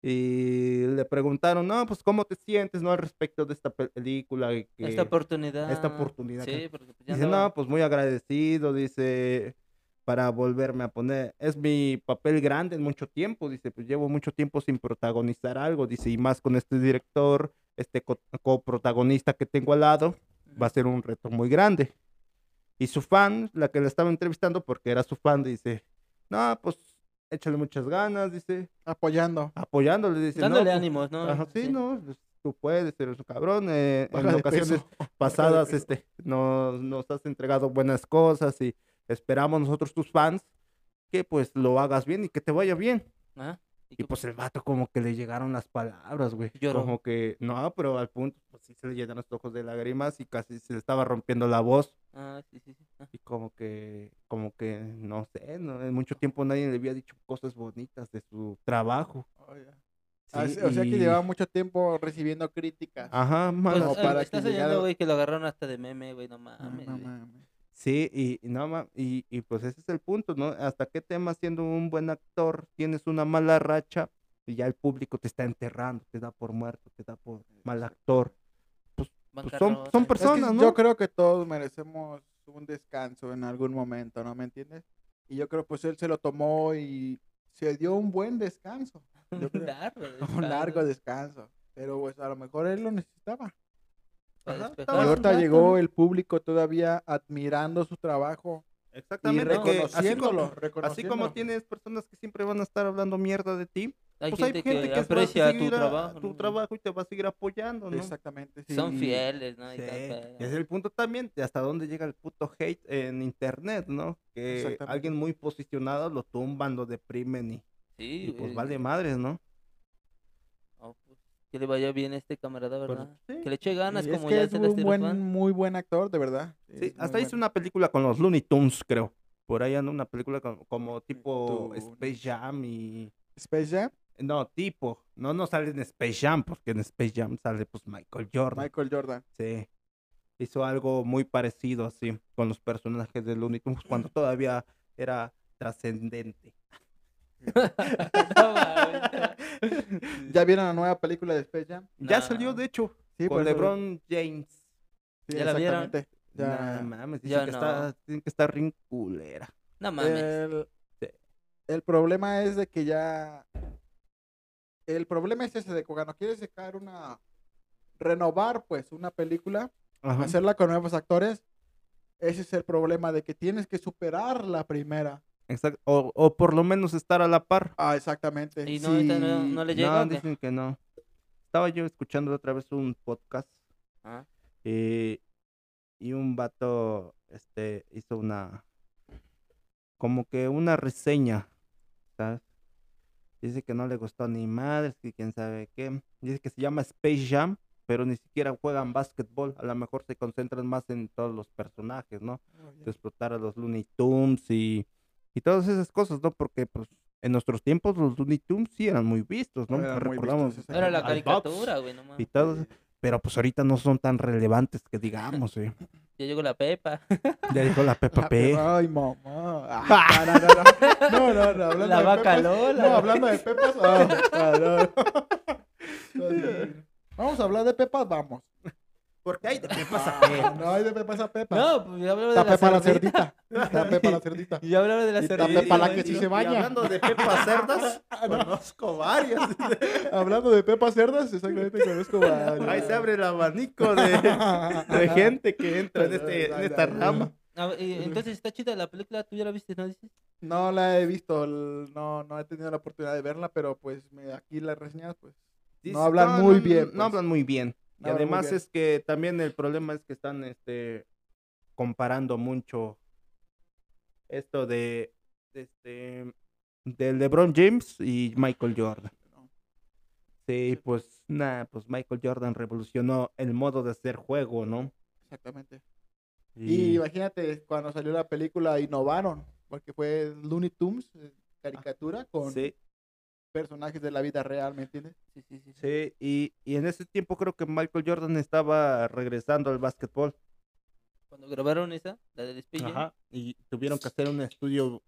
[SPEAKER 1] Y le preguntaron, no, pues, ¿cómo te sientes, no? Al respecto de esta pe- película. y Que...
[SPEAKER 3] Esta oportunidad.
[SPEAKER 1] esta oportunidad que-
[SPEAKER 3] Sí, porque pues ya
[SPEAKER 1] Dice,
[SPEAKER 3] andaba-
[SPEAKER 1] no, pues muy agradecido, dice, para volverme a poner. Es mi papel grande en mucho tiempo, dice, pues llevo mucho tiempo sin protagonizar algo, dice, y más con este director, este co- coprotagonista que tengo al lado, pues, va a ser un reto muy grande. Y su fan, la que la estaba entrevistando, porque era su fan, dice, no, pues échale muchas ganas, dice,
[SPEAKER 2] Apoyando.
[SPEAKER 1] apoyándole, dice, no,
[SPEAKER 3] Dándole
[SPEAKER 1] pues,
[SPEAKER 3] ánimos, ¿no?
[SPEAKER 1] ajá, sí, no, pues, tú puedes, eres un cabrón, eh,
[SPEAKER 2] Baja
[SPEAKER 1] en
[SPEAKER 2] de peso.
[SPEAKER 1] ocasiones pasadas
[SPEAKER 2] peso.
[SPEAKER 1] este, nos, nos has entregado buenas cosas y esperamos nosotros tus fans que pues lo hagas bien y que te vaya bien.
[SPEAKER 3] Ajá. Y
[SPEAKER 1] Y
[SPEAKER 3] que,
[SPEAKER 1] pues el vato como que le llegaron las palabras, güey.
[SPEAKER 3] Lloró.
[SPEAKER 1] Como que no, pero al punto pues sí se le llenan los ojos de lágrimas y casi se le estaba rompiendo la voz
[SPEAKER 3] Ah, sí, sí, sí. Ah,
[SPEAKER 1] y como que como que no sé, no, en mucho tiempo nadie le había dicho cosas bonitas de su trabajo.
[SPEAKER 2] Oh, ya. Ah,
[SPEAKER 1] Sí, Ah,
[SPEAKER 2] sí, O sea que
[SPEAKER 1] y-
[SPEAKER 2] llevaba mucho tiempo recibiendo críticas.
[SPEAKER 1] Ajá,
[SPEAKER 3] Pues,
[SPEAKER 1] malas
[SPEAKER 2] Como
[SPEAKER 3] eh,
[SPEAKER 2] para
[SPEAKER 3] estás
[SPEAKER 2] que
[SPEAKER 3] oyendo,
[SPEAKER 2] llegara-
[SPEAKER 3] güey, que lo agarraron hasta de meme, güey, no
[SPEAKER 2] No,
[SPEAKER 3] mames.
[SPEAKER 2] Ah, no
[SPEAKER 3] güey.
[SPEAKER 2] mames.
[SPEAKER 1] Sí, y, y nada más, y, y pues ese es el punto, ¿no? Hasta qué tema siendo un buen actor tienes una mala racha y ya el público te está enterrando, te da por muerto, te da por mal actor. Pues son,
[SPEAKER 3] Bancarrota.
[SPEAKER 1] son
[SPEAKER 2] Es que
[SPEAKER 1] personas, ¿no?
[SPEAKER 2] Yo creo que todos merecemos un descanso en algún momento, ¿no? ¿Me entiendes? Y yo creo pues él se lo tomó y se dio un buen descanso,
[SPEAKER 3] Un
[SPEAKER 2] yo creo-
[SPEAKER 3] largo
[SPEAKER 2] un largo descanso. Pero pues a lo mejor él lo necesitaba.
[SPEAKER 1] Ajá,
[SPEAKER 3] para
[SPEAKER 2] Y
[SPEAKER 3] despejar.
[SPEAKER 1] Estaba
[SPEAKER 2] ahorita
[SPEAKER 1] rato,
[SPEAKER 2] llegó
[SPEAKER 1] ¿no?
[SPEAKER 2] el público todavía admirando su trabajo y
[SPEAKER 1] Exactamente, que así
[SPEAKER 2] reconociéndolo.
[SPEAKER 1] como, así como
[SPEAKER 2] reconociéndolo.
[SPEAKER 1] tienes personas que siempre van a estar hablando mierda de ti,
[SPEAKER 3] Hay
[SPEAKER 1] pues
[SPEAKER 3] gente, que,
[SPEAKER 1] va a
[SPEAKER 3] aprecia tu
[SPEAKER 1] seguir a- a
[SPEAKER 3] trabajo.
[SPEAKER 1] tu
[SPEAKER 3] ¿no?
[SPEAKER 1] trabajo y te va a seguir apoyando, ¿no?
[SPEAKER 2] Exactamente, sí.
[SPEAKER 3] Son
[SPEAKER 2] Y-
[SPEAKER 3] fieles, ¿no? Y
[SPEAKER 1] Sí,
[SPEAKER 3] tal, pero-
[SPEAKER 1] y es el punto también de hasta dónde llega el puto hate en internet, ¿no? Que
[SPEAKER 2] Exactamente.
[SPEAKER 1] alguien muy posicionado lo tumban, lo deprimen y,
[SPEAKER 3] Sí, eh,
[SPEAKER 1] y pues
[SPEAKER 3] güey.
[SPEAKER 1] vale madres, ¿no?
[SPEAKER 3] No, pues, que le vaya bien a este camarada,
[SPEAKER 1] Pues,
[SPEAKER 3] ¿verdad?
[SPEAKER 1] sí.
[SPEAKER 3] Que le eche ganas,
[SPEAKER 2] y es
[SPEAKER 3] como
[SPEAKER 2] que
[SPEAKER 3] ya
[SPEAKER 2] es
[SPEAKER 3] se las
[SPEAKER 2] un
[SPEAKER 3] tiró
[SPEAKER 2] buen,
[SPEAKER 3] Juan.
[SPEAKER 2] muy buen actor, de verdad.
[SPEAKER 1] Sí,
[SPEAKER 2] Es muy
[SPEAKER 1] hasta hizo
[SPEAKER 2] bueno.
[SPEAKER 1] una película con los Looney Tunes, creo. Por ahí anda una película como, como tipo
[SPEAKER 2] Tunes.
[SPEAKER 1] Space Jam y...
[SPEAKER 2] Space Jam,
[SPEAKER 1] No, tipo. No, no sale en Space Jam, porque en Space Jam sale pues Michael Jordan.
[SPEAKER 2] Michael Jordan.
[SPEAKER 1] Sí. Hizo algo muy parecido así con los personajes de Looney Tunes cuando todavía era trascendente.
[SPEAKER 3] No, mames.
[SPEAKER 2] ¿Ya vieron la nueva película de Space Jam?
[SPEAKER 1] Ya
[SPEAKER 3] Nah.
[SPEAKER 1] salió, de hecho,
[SPEAKER 2] Sí, pues, eh, por
[SPEAKER 1] con
[SPEAKER 2] eso-
[SPEAKER 1] LeBron James.
[SPEAKER 2] sí,
[SPEAKER 3] ¿Ya la vieron?
[SPEAKER 2] exactamente. Ya.
[SPEAKER 1] Ya, mames, dicen
[SPEAKER 3] Ya
[SPEAKER 1] que,
[SPEAKER 3] no.
[SPEAKER 1] está, dicen que está rinculera.
[SPEAKER 3] No mames.
[SPEAKER 2] El,
[SPEAKER 1] Sí.
[SPEAKER 2] el problema es de que ya. El problema es ese de que cuando quieres sacar una. Renovar, pues, una película,
[SPEAKER 1] Ajá.
[SPEAKER 2] hacerla con nuevos actores. Ese es el problema de que tienes que superar la primera.
[SPEAKER 1] Exacto. O, o por lo menos estar a la par.
[SPEAKER 2] Ah, exactamente.
[SPEAKER 3] Y no, ahorita no- no le- llega
[SPEAKER 1] No,
[SPEAKER 3] o qué?
[SPEAKER 1] dicen que no. Estaba yo escuchando otra vez un podcast
[SPEAKER 3] Ah,
[SPEAKER 1] eh, y un vato este, hizo una. Como que una reseña, ¿sabes? Dice que no le gustó ni madres, que quién sabe qué. Dice que se llama Space Jam, pero ni siquiera juegan básquetbol. A lo mejor se concentran más en todos los personajes, ¿no? de explotar a los Looney Tunes y, y todas esas cosas, ¿no? Porque pues en nuestros tiempos los Looney Tunes sí eran muy vistos, ¿no?
[SPEAKER 2] Eran muy
[SPEAKER 1] Recordamos
[SPEAKER 2] vistos,
[SPEAKER 3] Era la
[SPEAKER 1] al
[SPEAKER 3] caricatura,
[SPEAKER 1] Bugs
[SPEAKER 3] güey, no mames.
[SPEAKER 1] y todos, pero pues ahorita no son tan relevantes que digamos, ¿eh?
[SPEAKER 3] Ya llegó la Pepa.
[SPEAKER 1] Ya dijo la Peppa
[SPEAKER 2] La
[SPEAKER 1] Pig.
[SPEAKER 2] Pepa, Ah, Ay, mamá. Ah, no, no, no. No, no, no, hablando
[SPEAKER 3] La
[SPEAKER 2] de
[SPEAKER 3] vaca
[SPEAKER 2] Pepas-
[SPEAKER 3] Lola,
[SPEAKER 2] No,
[SPEAKER 3] güey.
[SPEAKER 2] hablando de pepas. ah, ah, no. Así. Vamos a hablar de pepas, vamos.
[SPEAKER 1] Porque hay de Peppas a
[SPEAKER 2] Ah, No hay de pepas a pepas.
[SPEAKER 3] No, pues ya hablaba de
[SPEAKER 2] la
[SPEAKER 3] la
[SPEAKER 2] pepa la
[SPEAKER 3] cerdita.
[SPEAKER 2] cerdita. La pepa la cerdita.
[SPEAKER 3] Ya hablaba de la
[SPEAKER 2] Y la
[SPEAKER 3] cerdita.
[SPEAKER 2] Pepa la
[SPEAKER 3] güey.
[SPEAKER 2] que sí
[SPEAKER 1] Y-
[SPEAKER 2] se
[SPEAKER 1] y
[SPEAKER 2] baña. Ah,
[SPEAKER 1] hablando de Peppa cerdas, conozco varias.
[SPEAKER 2] Hablando de pepas cerdas, exactamente conozco a...
[SPEAKER 1] Ahí se abre el abanico de, de gente que entra en, este, en esta rama.
[SPEAKER 3] Ah, y entonces está chida la película, tú ya la viste, ¿no dices?
[SPEAKER 2] No la he visto, l- no, no he tenido la oportunidad de verla, pero pues me- aquí las reseñas, pues. No hablan muy bien,
[SPEAKER 1] No,
[SPEAKER 2] pues.
[SPEAKER 1] hablan muy bien.
[SPEAKER 2] No
[SPEAKER 1] y
[SPEAKER 2] hablan muy
[SPEAKER 1] además
[SPEAKER 2] bien.
[SPEAKER 1] es que también el problema es que están este comparando mucho esto de, de este de LeBron James y Michael Jordan. Sí, pues nada, pues Michael Jordan revolucionó el modo de hacer juego, ¿no?
[SPEAKER 2] Exactamente. Y imagínate, cuando salió la película innovaron, porque fue Looney Tunes, eh, caricatura, con
[SPEAKER 1] sí,
[SPEAKER 2] personajes de la vida real, ¿me entiendes?
[SPEAKER 3] Sí, sí, sí.
[SPEAKER 1] Sí, y, y en ese tiempo creo que Michael Jordan estaba regresando al básquetbol.
[SPEAKER 3] Cuando grabaron esa, la del espilla,
[SPEAKER 1] Ajá, Y tuvieron que hacer un estudio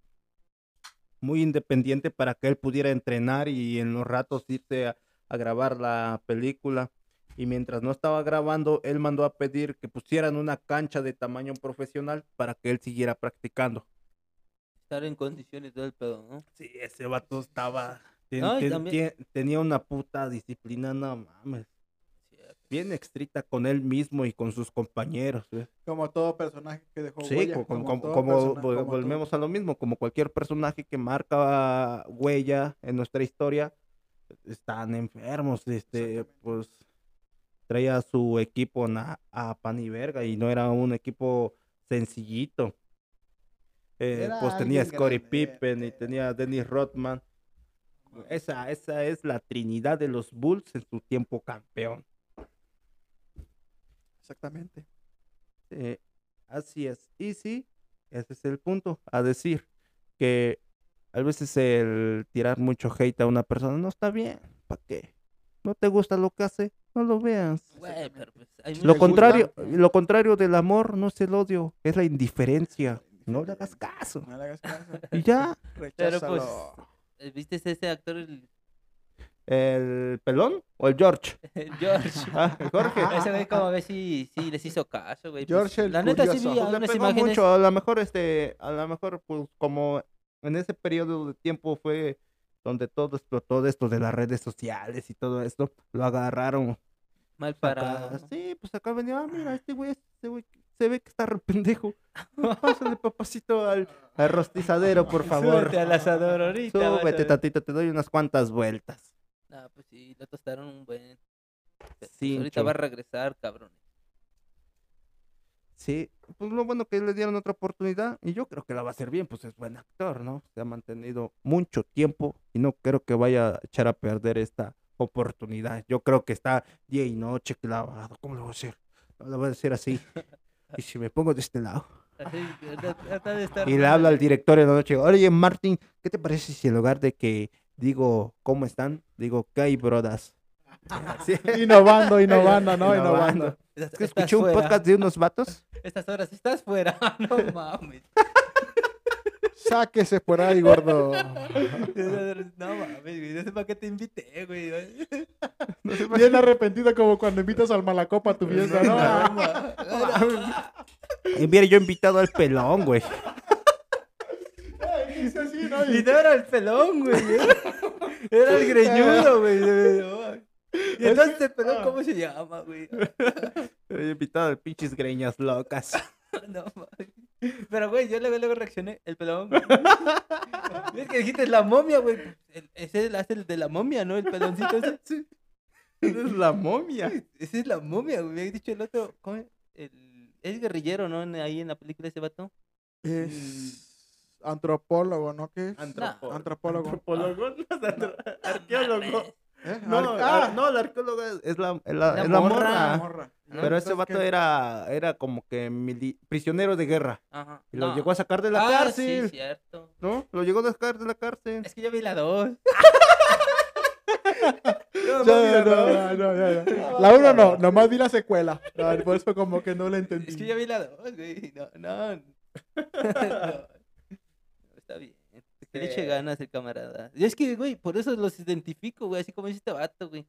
[SPEAKER 1] muy independiente para que él pudiera entrenar y en los ratos irse a, a grabar la película. Y mientras no estaba grabando, él mandó a pedir que pusieran una cancha de tamaño profesional para que él siguiera practicando.
[SPEAKER 3] estar en condiciones todo el pedo, ¿no?
[SPEAKER 1] Sí, ese vato estaba... ten-
[SPEAKER 3] No, y
[SPEAKER 1] ten-
[SPEAKER 3] también-
[SPEAKER 1] ten- tenía una puta disciplina, no mames.
[SPEAKER 3] Cierto.
[SPEAKER 1] Bien estricta con él mismo y con sus compañeros. güey.
[SPEAKER 2] Como todo personaje que dejó
[SPEAKER 1] Sí,
[SPEAKER 2] huella,
[SPEAKER 1] co- como,
[SPEAKER 2] todo
[SPEAKER 1] como- como
[SPEAKER 2] persona-
[SPEAKER 1] vol-
[SPEAKER 2] como todo-
[SPEAKER 1] volvemos a lo mismo, como cualquier personaje que marca ah, huella en nuestra historia, están enfermos, este,
[SPEAKER 2] Exactamente.
[SPEAKER 1] pues traía a su equipo na- a pan y verga y no era un equipo sencillito. Eh,
[SPEAKER 2] Era
[SPEAKER 1] pues tenía
[SPEAKER 2] alguien
[SPEAKER 1] Scottie
[SPEAKER 2] grande, eh,
[SPEAKER 1] Pippen y
[SPEAKER 2] era-
[SPEAKER 1] tenía Dennis Rodman. Esa, esa es la trinidad de los Bulls en su tiempo campeón.
[SPEAKER 2] Exactamente.
[SPEAKER 1] Eh, así es. Y sí, ese es el punto. A decir que a veces el tirar mucho hate a una persona no está bien. ¿Para qué? ¿No te gusta lo que hace? No lo veas.
[SPEAKER 3] Güey, pero pues hay
[SPEAKER 1] Lo
[SPEAKER 3] muchos-
[SPEAKER 1] contrario, eh,
[SPEAKER 2] gusta.
[SPEAKER 1] lo contrario del amor no es el odio, es la indiferencia. No le hagas caso.
[SPEAKER 2] No le hagas caso.
[SPEAKER 1] Y ya,
[SPEAKER 3] Pero pues,
[SPEAKER 2] Recházalo.
[SPEAKER 3] ¿viste ese actor, el,
[SPEAKER 1] ¿el pelón o el George?
[SPEAKER 3] el George?
[SPEAKER 1] Ah, el Jorge.
[SPEAKER 3] Ese güey como a ver si, si les hizo caso, güey. pues,
[SPEAKER 2] George el
[SPEAKER 3] La neta sí vi
[SPEAKER 2] curioso.
[SPEAKER 1] Pues le
[SPEAKER 3] algunas
[SPEAKER 1] pegó
[SPEAKER 3] imágenes.
[SPEAKER 1] mucho, a lo mejor este, a lo mejor pues como en ese periodo de tiempo fue donde todo explotó de esto de las redes sociales y todo esto, lo agarraron
[SPEAKER 3] Mal
[SPEAKER 1] para
[SPEAKER 3] parado. ¿no?
[SPEAKER 1] sí, pues acá venía, ah, mira, este güey, este güey se ve que está re pendejo. Pásale papacito al, al rostizadero, por favor.
[SPEAKER 4] Súbete al asador ahorita. vas a
[SPEAKER 1] Súbete,
[SPEAKER 4] ver.
[SPEAKER 1] tatito, te doy unas cuantas vueltas.
[SPEAKER 3] Nah, pues sí, lo tostaron un buen. Pero,
[SPEAKER 1] Sí,
[SPEAKER 3] pues, ahorita
[SPEAKER 1] chavo.
[SPEAKER 3] va a regresar, cabrón.
[SPEAKER 1] Sí, pues lo bueno que le dieron otra oportunidad y yo creo que la va a hacer bien, pues es buen actor, ¿no? Se ha mantenido mucho tiempo y no creo que vaya a echar a perder esta oportunidad. Yo creo que está día y noche clavado. ¿Cómo lo voy a hacer? No lo voy a decir así. Y si me pongo de este lado.
[SPEAKER 3] Así, ahorita- ahorita de estar
[SPEAKER 1] Y le habla al director en la noche. Oye, Martin, ¿qué te parece si en lugar de que digo, ¿cómo están? Digo, ¿qué hay, brodas? Sí.
[SPEAKER 2] Innovando, innovando, ¿no? Innovando.
[SPEAKER 1] Innovando. Es que escuché un podcast de unos vatos.
[SPEAKER 3] Estas horas estás fuera. No mames.
[SPEAKER 2] Sáquese por ahí, gordo.
[SPEAKER 3] No mames, güey. No sé para qué te invité, güey.
[SPEAKER 2] Bien arrepentido como cuando invitas al malacopa a tu fiesta, ¿no?
[SPEAKER 1] Y mira, yo he invitado al pelón, güey.
[SPEAKER 2] Ay, dice así, ¿no?
[SPEAKER 4] Y
[SPEAKER 2] Y-
[SPEAKER 4] no era el pelón, güey. Era, era el
[SPEAKER 1] Ah.
[SPEAKER 4] greñudo, güey. de- no. Y entonces el pelón, ¿cómo
[SPEAKER 3] ¿Cómo se llama, güey?
[SPEAKER 1] He invitado al pinches greñas locas.
[SPEAKER 3] No mames. Pero, güey, yo luego, luego reaccioné. El pelón, güey. Es que dijiste la momia, güey. El- Ese es el de la momia, ¿no? El peloncito ese.
[SPEAKER 1] es la momia.
[SPEAKER 3] Esa es la momia, güey. Me había dicho el otro. ¿cómo es? El- Es guerrillero, ¿no? En- Ahí en la película ese vato.
[SPEAKER 2] Es antropólogo, ¿no? ¿Qué es?
[SPEAKER 4] Ah,
[SPEAKER 1] Antropólogo.
[SPEAKER 2] Antropólogo.
[SPEAKER 1] Arqueólogo.
[SPEAKER 2] ¿Eh?
[SPEAKER 1] No,
[SPEAKER 2] Ar-
[SPEAKER 4] Ah.
[SPEAKER 1] ar- no, el arqueólogo es, es la, es la,
[SPEAKER 3] La
[SPEAKER 1] es la
[SPEAKER 3] morra.
[SPEAKER 1] morra.
[SPEAKER 2] ¿no?
[SPEAKER 1] Pero ese
[SPEAKER 2] Ah, Entonces,
[SPEAKER 1] vato
[SPEAKER 2] ¿qué?
[SPEAKER 1] era, era como que mili- prisionero de guerra.
[SPEAKER 3] Ajá.
[SPEAKER 1] Y lo
[SPEAKER 3] No.
[SPEAKER 1] llegó a sacar de la
[SPEAKER 3] Ah,
[SPEAKER 1] cárcel.
[SPEAKER 3] Sí, cierto.
[SPEAKER 1] ¿No? Lo llegó a sacar de la cárcel.
[SPEAKER 3] Es que yo vi la 2.
[SPEAKER 2] Ya, ya, ya, ya, ya. La uno no, nomás vi la secuela. No, Por eso como que no la entendí.
[SPEAKER 3] Es que yo vi la 2, güey. No, no. No. Está bien. Que le
[SPEAKER 2] Eh.
[SPEAKER 3] eche ganas el camarada. Y es que, güey, por eso los identifico, güey. Así como dice este vato, güey.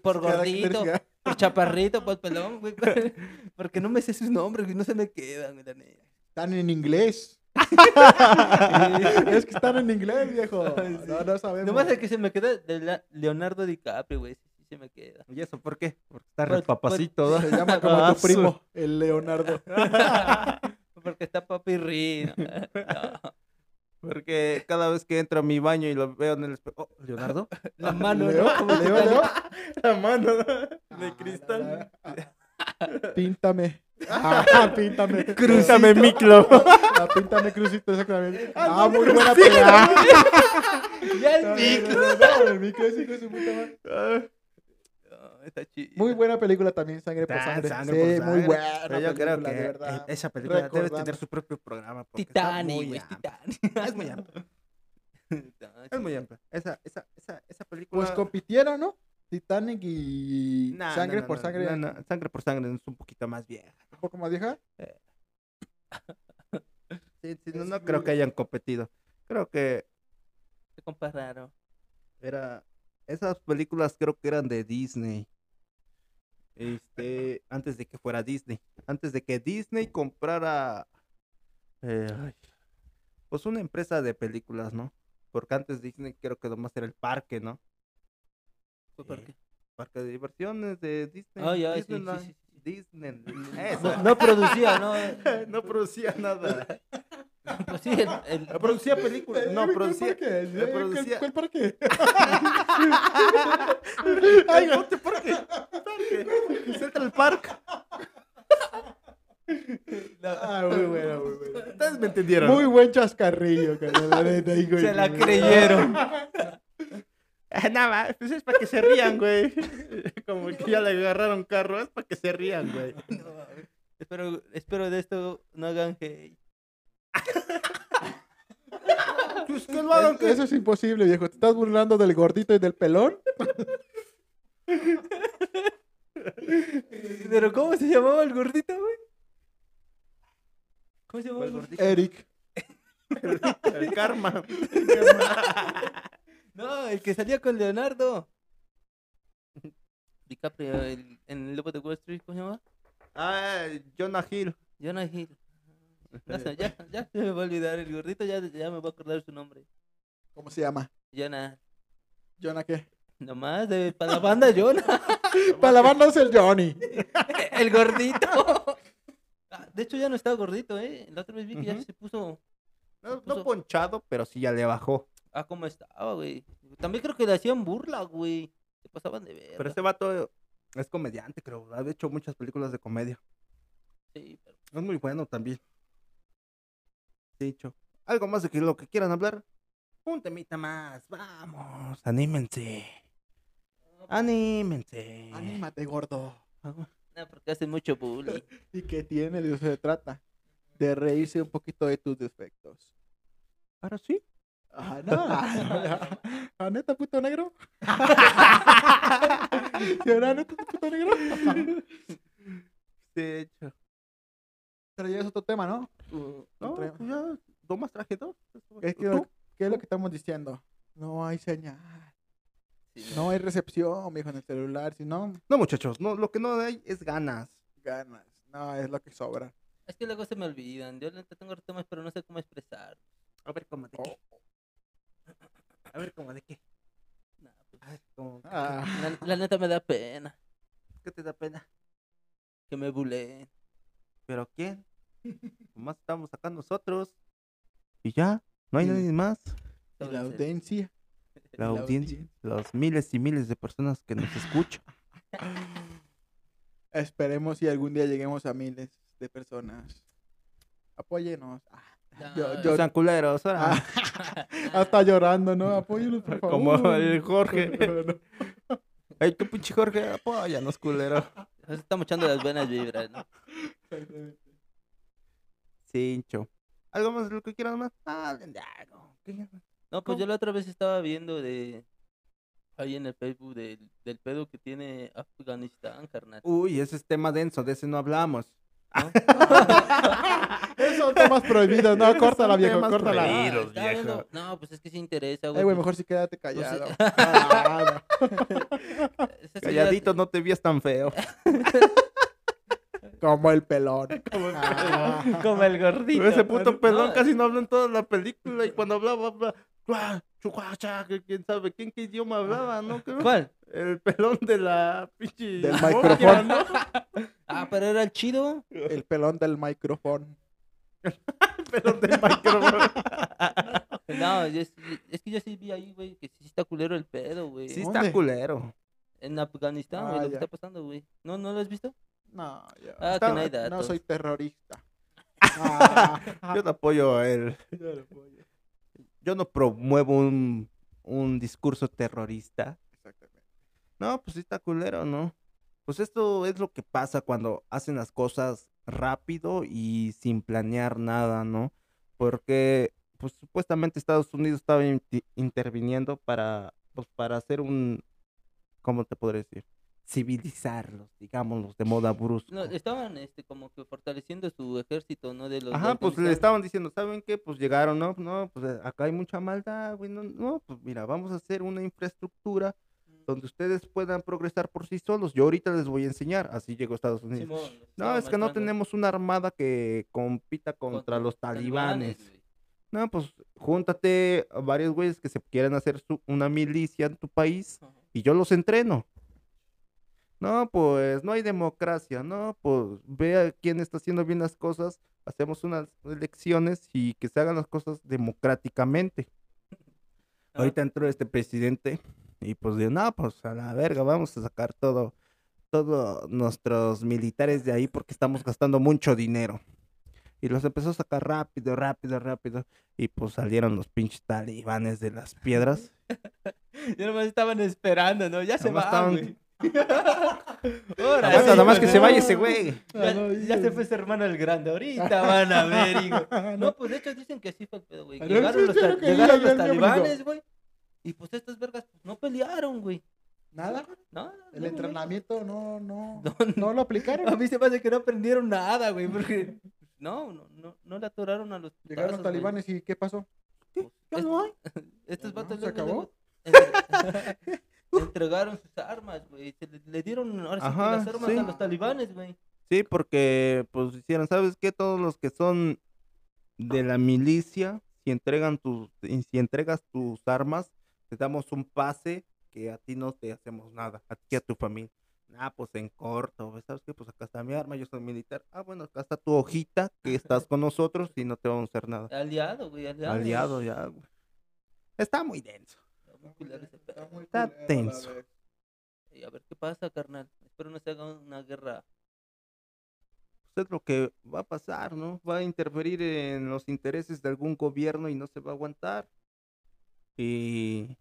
[SPEAKER 3] Por gordito,
[SPEAKER 2] Característica.
[SPEAKER 3] por chaparrito, por pelón, güey. Porque no me sé sus nombres, güey. No se me quedan, güey, la neta.
[SPEAKER 2] Están en inglés. es que están en inglés, viejo.
[SPEAKER 3] Ay, sí.
[SPEAKER 2] No, no sabemos.
[SPEAKER 3] Nomás el que se me queda es de la- Leonardo DiCaprio, güey. Sí, se me queda.
[SPEAKER 1] ¿Y eso por qué? Porque está
[SPEAKER 3] Por-
[SPEAKER 1] re papacito,
[SPEAKER 3] pues.
[SPEAKER 1] ¿no?
[SPEAKER 2] Se llama como
[SPEAKER 1] Ah,
[SPEAKER 2] tu
[SPEAKER 1] su-
[SPEAKER 2] primo, el Leonardo.
[SPEAKER 3] Porque está papi Rin. No.
[SPEAKER 1] Porque cada vez que entro a mi baño y lo veo en el espejo. Oh, Leonardo.
[SPEAKER 3] La mano,
[SPEAKER 2] Leo,
[SPEAKER 3] ¿no? Como
[SPEAKER 2] Leo, Leo.
[SPEAKER 1] La mano de
[SPEAKER 2] Píntame. Ah, píntame.
[SPEAKER 1] Crúzame, Miclo.
[SPEAKER 2] Ah, píntame, crucito, exactamente. Ah, muy buena pegada.
[SPEAKER 3] Ya
[SPEAKER 2] No,
[SPEAKER 3] el pico.
[SPEAKER 2] no, no, no, el micro, sí, hijo de su puta madre.
[SPEAKER 3] No, está chido.
[SPEAKER 2] Muy buena película también, Sangre por
[SPEAKER 1] Ah,
[SPEAKER 2] Sangre.
[SPEAKER 1] Sangre
[SPEAKER 2] sí,
[SPEAKER 1] por
[SPEAKER 2] muy
[SPEAKER 1] Sangre.
[SPEAKER 2] buena.
[SPEAKER 1] Pero yo creo
[SPEAKER 2] película,
[SPEAKER 1] que
[SPEAKER 2] pues, de verdad.
[SPEAKER 1] e- esa película debe
[SPEAKER 2] Recordando.
[SPEAKER 1] tener su propio programa. porque está
[SPEAKER 3] Titanic,
[SPEAKER 1] muy
[SPEAKER 3] güey.
[SPEAKER 1] amplia.
[SPEAKER 3] Titanic.
[SPEAKER 1] Es muy amplia. Es muy amplia. Esa, esa, esa, esa película.
[SPEAKER 2] Pues compitiera, ¿no? Titanic y
[SPEAKER 1] Nah,
[SPEAKER 2] Sangre
[SPEAKER 1] nah,
[SPEAKER 2] por
[SPEAKER 1] nah,
[SPEAKER 2] Sangre.
[SPEAKER 1] nah, nah, Sangre por sangre es un poquito más vieja.
[SPEAKER 2] Un poco más vieja.
[SPEAKER 1] Sí, sí, no,
[SPEAKER 2] Es
[SPEAKER 1] no creo que
[SPEAKER 2] muy-
[SPEAKER 1] hayan competido. Creo que
[SPEAKER 3] Qué Este compa raro.
[SPEAKER 1] era. Esas películas creo que eran de Disney. Este, antes de que fuera Disney. Antes de que Disney comprara. eh, ay, pues una empresa de películas, ¿no? Porque antes Disney creo que nomás era el parque, ¿no?
[SPEAKER 3] Fue pues, porque-
[SPEAKER 1] Parque de diversiones de Disney.
[SPEAKER 3] Ay, ay, sí, sí,
[SPEAKER 1] Disneyland.
[SPEAKER 3] sí, sí.
[SPEAKER 1] Disney.
[SPEAKER 3] No,
[SPEAKER 1] Esa.
[SPEAKER 3] no producía, no.
[SPEAKER 1] no producía nada.
[SPEAKER 3] Pues sí, el- el-
[SPEAKER 1] No producía películas. No, producía. eh, producía-
[SPEAKER 2] ¿Cuál parque?
[SPEAKER 1] Ay, no te parque. Parque. Central Park.
[SPEAKER 2] Ah, muy bueno, muy bueno.
[SPEAKER 1] Ustedes me entendieron.
[SPEAKER 2] Muy buen chascarrillo, carnal, la neta, ahí, güey.
[SPEAKER 4] Se la creyeron.
[SPEAKER 3] Eh,
[SPEAKER 1] Ah, Nada más, pues es para que se rían, güey. Como que ya le agarraron carro, es para que se rían, güey.
[SPEAKER 3] espero, espero de esto no hagan hate.
[SPEAKER 1] Pues que lo hagan
[SPEAKER 2] Es-
[SPEAKER 1] que.
[SPEAKER 2] Eso es imposible, viejo. Te estás burlando del gordito y del pelón.
[SPEAKER 4] Pero ¿cómo se llamaba el gordito, güey?
[SPEAKER 3] ¿Cómo se llama?
[SPEAKER 1] Pues, gordito.
[SPEAKER 2] Eric.
[SPEAKER 1] El karma.
[SPEAKER 3] No, el que salía con Leonardo. DiCaprio, el- en el Lobo de Wall Street, ¿cómo se llama?
[SPEAKER 1] Ah, Jonah Hill.
[SPEAKER 3] Jonah Hill. No sé, ya, ya se me va a olvidar el gordito, ya, ya me voy a acordar su nombre.
[SPEAKER 2] ¿Cómo se llama?
[SPEAKER 3] Jonah.
[SPEAKER 2] ¿Jonah qué?
[SPEAKER 3] Nomás, de, para la banda Jonah.
[SPEAKER 2] Para lavarnos el Johnny.
[SPEAKER 3] El gordito. Ah, De hecho, ya no está gordito, ¿eh? La otra vez vi que ya
[SPEAKER 1] Ujú.
[SPEAKER 3] se puso.
[SPEAKER 1] No, no ponchado, pero sí ya le bajó.
[SPEAKER 3] Ah, cómo estaba, güey. También creo que le hacían burla, güey. Se pasaban de ver.
[SPEAKER 1] Pero este vato es comediante, creo. Ha hecho muchas películas de comedia.
[SPEAKER 3] Sí, pero
[SPEAKER 1] Es muy bueno también. Dicho. Algo más de que lo que quieran hablar. Un temita más. Vamos. Anímense. Anímense.
[SPEAKER 2] Anímate, gordo.
[SPEAKER 3] nada, porque hacen mucho bullying.
[SPEAKER 2] ¿Y qué tiene? De eso se trata. De reírse un poquito de tus defectos.
[SPEAKER 1] Ahora sí.
[SPEAKER 2] Ah, no. ¿A neta, puto negro? ¿Sí, era neta, puto negro?
[SPEAKER 1] De hecho.
[SPEAKER 2] Traías otro tema, ¿no?
[SPEAKER 1] No,
[SPEAKER 2] Otra-
[SPEAKER 1] pues ya. Dos más traje dos.
[SPEAKER 2] ¿Qué, qué-
[SPEAKER 1] ¿Tú?
[SPEAKER 2] qué es lo que estamos diciendo? No hay señal.
[SPEAKER 3] Sí,
[SPEAKER 2] No hay recepción, mijo, en el celular. Si no,
[SPEAKER 1] No, muchachos. No, lo que no hay es ganas.
[SPEAKER 2] ganas. No, es lo que sobra.
[SPEAKER 3] Es que luego se me olvidan. Yo neta tengo temas, pero no sé cómo expresar. Oh.
[SPEAKER 1] A ver cómo de qué. A ver cómo de qué.
[SPEAKER 3] Nah, pues,
[SPEAKER 1] A ver, cómo-
[SPEAKER 2] Ah,
[SPEAKER 3] la, la neta me da pena
[SPEAKER 1] ¿Qué te da pena?
[SPEAKER 3] que me buleen.
[SPEAKER 1] ¿Pero quién? Nomás estamos acá nosotros. Y ya. No hay
[SPEAKER 2] Y-
[SPEAKER 1] nadie más.
[SPEAKER 2] y
[SPEAKER 3] Sobre
[SPEAKER 2] la
[SPEAKER 3] el-
[SPEAKER 2] audiencia.
[SPEAKER 1] la
[SPEAKER 2] La
[SPEAKER 1] audiencia, los miles y miles de personas que nos escuchan.
[SPEAKER 2] Esperemos si algún día lleguemos a miles de personas. Apóyenos. Ah, yo-
[SPEAKER 3] No,
[SPEAKER 2] yo-
[SPEAKER 1] Los culeros, ¿eh? ahora.
[SPEAKER 2] ah, hasta llorando, ¿no? Apóyenos, por favor.
[SPEAKER 1] Como el Jorge.
[SPEAKER 2] No, no.
[SPEAKER 1] Ay, tú pinche Jorge, apóyanos, culero.
[SPEAKER 3] Nos estamos echando las buenas vibras, ¿no?
[SPEAKER 2] Exactamente.
[SPEAKER 1] Cincho. ¿Algo más de lo que quieran más? Hablen de algo. ¿Qué llaman?
[SPEAKER 3] No, pues yo
[SPEAKER 1] ¿Cómo?
[SPEAKER 3] la otra vez estaba viendo de... Ahí en el Facebook del, del pedo que tiene Afganistán, carnal.
[SPEAKER 1] Uy, ese es tema denso, de ese no hablamos.
[SPEAKER 2] Ah, Esos son temas prohibidos. No,
[SPEAKER 1] Esos
[SPEAKER 2] córtala,
[SPEAKER 1] son
[SPEAKER 2] viejo,
[SPEAKER 1] temas
[SPEAKER 2] córtala.
[SPEAKER 1] prohibidos.
[SPEAKER 3] Ah,
[SPEAKER 1] Virus,
[SPEAKER 3] estaba viendo-
[SPEAKER 1] viejo.
[SPEAKER 3] No, pues es que sí interesa, güey.
[SPEAKER 2] Ay, güey,
[SPEAKER 3] pues,
[SPEAKER 2] mejor si quédate
[SPEAKER 3] pues,
[SPEAKER 2] callado.
[SPEAKER 3] eh,
[SPEAKER 2] Ah,
[SPEAKER 3] es que ya-
[SPEAKER 1] Calladito, no te vías tan feo.
[SPEAKER 2] no. como el pelón. Ah.
[SPEAKER 4] Como el gordito.
[SPEAKER 1] Ese puto pelón
[SPEAKER 3] no.
[SPEAKER 1] casi no habla en toda la película y cuando hablaba, habla. "Chua, chucuacha", que quién sabe quién qué idioma hablaba, ¿no? Creo-
[SPEAKER 3] ¿Cuál?
[SPEAKER 1] El pelón de la pinche.
[SPEAKER 2] Del
[SPEAKER 1] bóveda,
[SPEAKER 2] micrófono.
[SPEAKER 1] ¿no?
[SPEAKER 3] Ah, pero era el chido.
[SPEAKER 2] El pelón del micrófono.
[SPEAKER 1] pelón del micrófono.
[SPEAKER 3] No, yo- es, es que yo sí vi ahí, güey, que sí está culero el pedo, güey.
[SPEAKER 1] Sí
[SPEAKER 2] ¿Dónde?
[SPEAKER 1] está culero.
[SPEAKER 3] En Afganistán, güey,
[SPEAKER 2] Ah,
[SPEAKER 3] lo que
[SPEAKER 2] ya.
[SPEAKER 3] está pasando, güey. ¿No, ¿No lo has visto?
[SPEAKER 2] No, yo
[SPEAKER 3] Ah,
[SPEAKER 1] Está-
[SPEAKER 3] que no hay datos.
[SPEAKER 2] no soy terrorista. Ah,
[SPEAKER 1] Yo no apoyo el...
[SPEAKER 2] yo lo apoyo.
[SPEAKER 1] Yo no promuevo un, un discurso terrorista.
[SPEAKER 2] Exactamente.
[SPEAKER 1] No, pues sí está culero, ¿no? Pues esto es lo que pasa cuando hacen las cosas rápido y sin planear nada, ¿no? Porque pues supuestamente Estados Unidos estaba inti- interviniendo para, pues, para hacer un, ¿cómo te podré decir? Civilizarlos, digámoslos, de moda brusca.
[SPEAKER 3] No, estaban este, como que fortaleciendo su ejército, ¿no? De los de
[SPEAKER 1] Ajá, pues le
[SPEAKER 3] Afganistán.
[SPEAKER 1] estaban diciendo, ¿saben qué? Pues llegaron, no, no, pues eh, acá hay mucha maldad, güey, no, no, pues mira, vamos a hacer una infraestructura donde ustedes puedan progresar por sí solos. Yo ahorita les voy a enseñar, así llegó Estados Unidos.
[SPEAKER 3] Simón, los
[SPEAKER 1] No,
[SPEAKER 3] estaban
[SPEAKER 1] es que no
[SPEAKER 3] marchando
[SPEAKER 1] tenemos una armada que compita contra, los talibanes.
[SPEAKER 3] güey.
[SPEAKER 1] No, pues júntate a varios güeyes que se quieran hacer su- una milicia en tu país
[SPEAKER 3] Ajá.
[SPEAKER 1] y yo los entreno. No, pues no hay democracia, no, pues ve a quién está haciendo bien las cosas, hacemos unas elecciones y que se hagan las cosas democráticamente.
[SPEAKER 3] Ah,
[SPEAKER 1] Ahorita entró este presidente y pues dijo, no, pues a la verga, vamos a sacar todo, todos nuestros militares de ahí porque estamos gastando mucho dinero. Y los empezó a sacar rápido, rápido, rápido. Y pues salieron los pinches talibanes de las piedras.
[SPEAKER 4] Ya nomás estaban esperando, ¿no? Ya se
[SPEAKER 1] Nomás
[SPEAKER 4] va,
[SPEAKER 1] estaban-
[SPEAKER 4] güey. Ahora
[SPEAKER 1] Nada más-
[SPEAKER 4] sí,
[SPEAKER 1] nada más que
[SPEAKER 4] güey.
[SPEAKER 1] se vaya ese güey.
[SPEAKER 4] Ya,
[SPEAKER 2] no,
[SPEAKER 4] ya se
[SPEAKER 2] híjole.
[SPEAKER 4] fue ese hermano el grande. Ahorita van a ver, hijo.
[SPEAKER 3] No, pues de hecho dicen que así fue el pedo, güey.
[SPEAKER 2] Pero
[SPEAKER 3] Llegaron
[SPEAKER 2] sí,
[SPEAKER 3] los,
[SPEAKER 2] sí,
[SPEAKER 3] ta-
[SPEAKER 2] lo que diga
[SPEAKER 3] llegaron los
[SPEAKER 2] yo, yo digo.
[SPEAKER 3] talibanes, güey. Y pues estas vergas pues, no pelearon, güey.
[SPEAKER 2] Nada,
[SPEAKER 3] No,
[SPEAKER 2] el
[SPEAKER 3] no,
[SPEAKER 2] entrenamiento no, no,
[SPEAKER 3] No,
[SPEAKER 2] no lo
[SPEAKER 4] A
[SPEAKER 2] aplicaron.
[SPEAKER 4] mí se me hace que no aprendieron nada, güey. Porque
[SPEAKER 3] No, no, no, no le atoraron a los
[SPEAKER 2] Llegaron los
[SPEAKER 3] putazos, güey.
[SPEAKER 2] talibanes y ¿qué pasó?
[SPEAKER 3] Pues,
[SPEAKER 1] Ya
[SPEAKER 3] est-
[SPEAKER 1] no hay.
[SPEAKER 3] Estos
[SPEAKER 2] Ya no,
[SPEAKER 3] vatos
[SPEAKER 2] se
[SPEAKER 3] luego,
[SPEAKER 2] acabó.
[SPEAKER 3] luego entre- entregaron sus armas, güey. Se Le, le dieron ahora sí que
[SPEAKER 1] Ajá,
[SPEAKER 3] las armas
[SPEAKER 1] sí.
[SPEAKER 3] a los talibanes, güey.
[SPEAKER 1] Sí, porque pues hicieron, ¿sabes qué? Todos los que son de la milicia, si entregan tus, y si entregas tus armas, te damos un pase que a ti no te hacemos nada, a ti y a tu familia. Ah, pues en corto, güey, ¿sabes qué? Pues acá está mi arma, yo soy militar. Ah, bueno, acá está tu hojita que estás con nosotros y no te vamos a hacer nada.
[SPEAKER 3] Aliado, güey, aliado.
[SPEAKER 1] Aliado ya, güey. Está muy denso.
[SPEAKER 3] Está muy culero ese pedo.
[SPEAKER 2] muy
[SPEAKER 1] Está
[SPEAKER 2] culero, la
[SPEAKER 1] tenso.
[SPEAKER 2] vez.
[SPEAKER 3] Y a ver qué pasa, carnal. Espero no se haga una guerra.
[SPEAKER 1] Pues es lo que va a pasar, ¿no? Va a interferir en los intereses de algún gobierno y no se va a aguantar. Y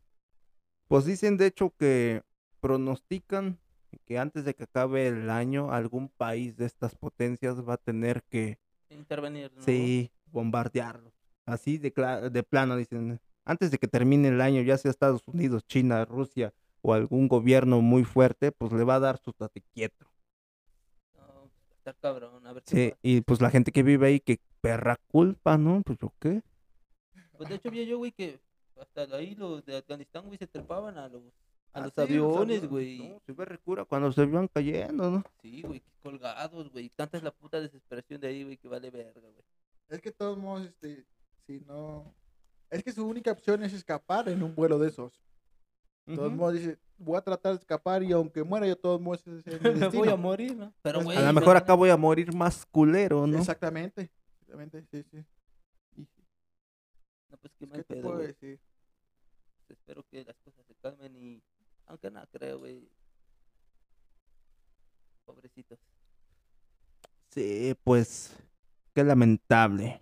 [SPEAKER 1] pues dicen de hecho que pronostican que antes de que acabe el año algún país de estas potencias va a tener que
[SPEAKER 3] Intervenir, ¿no?
[SPEAKER 1] sí bombardearlo. Así de, cla- de plano dicen, antes de que termine el año, ya sea Estados Unidos, China, Rusia o algún gobierno muy fuerte, pues le va a dar su tate quieto.
[SPEAKER 3] No, está cabrón. A ver qué
[SPEAKER 1] Sí,
[SPEAKER 3] pasa.
[SPEAKER 1] y pues la gente que vive ahí, que perra culpa, ¿no? Pues yo qué.
[SPEAKER 3] Pues de hecho vi yo, güey, que hasta ahí los de Afganistán, güey, se trepaban a los, a los
[SPEAKER 1] Sí,
[SPEAKER 3] aviones, güey.
[SPEAKER 1] No, se ve recura cuando se iban cayendo, ¿no?
[SPEAKER 3] Sí, güey, qué colgados, güey. Tanta es la puta desesperación de ahí, güey, que vale verga, güey.
[SPEAKER 2] Es que de todos modos, este, si no... Es que su única opción es escapar en un vuelo de esos. De todos
[SPEAKER 1] Ujú.
[SPEAKER 2] modos, dice, voy a tratar de escapar y aunque muera, yo de todos modos, ese es mi
[SPEAKER 4] me voy a
[SPEAKER 2] destino".
[SPEAKER 4] morir, ¿no?
[SPEAKER 3] Pero,
[SPEAKER 2] Pues,
[SPEAKER 3] güey.
[SPEAKER 1] A lo
[SPEAKER 3] se
[SPEAKER 1] mejor
[SPEAKER 3] van
[SPEAKER 1] acá voy a morir más culero, ¿no?
[SPEAKER 2] Exactamente. Exactamente, sí, sí. Y-
[SPEAKER 3] No, pues qué
[SPEAKER 2] ¿Qué
[SPEAKER 3] mal
[SPEAKER 2] te
[SPEAKER 3] pedo,
[SPEAKER 2] puedo
[SPEAKER 3] güey. Pues,
[SPEAKER 2] decir?
[SPEAKER 3] Espero que las cosas se calmen y... Aunque no creo, güey. Pobrecitos.
[SPEAKER 1] Sí, pues qué lamentable.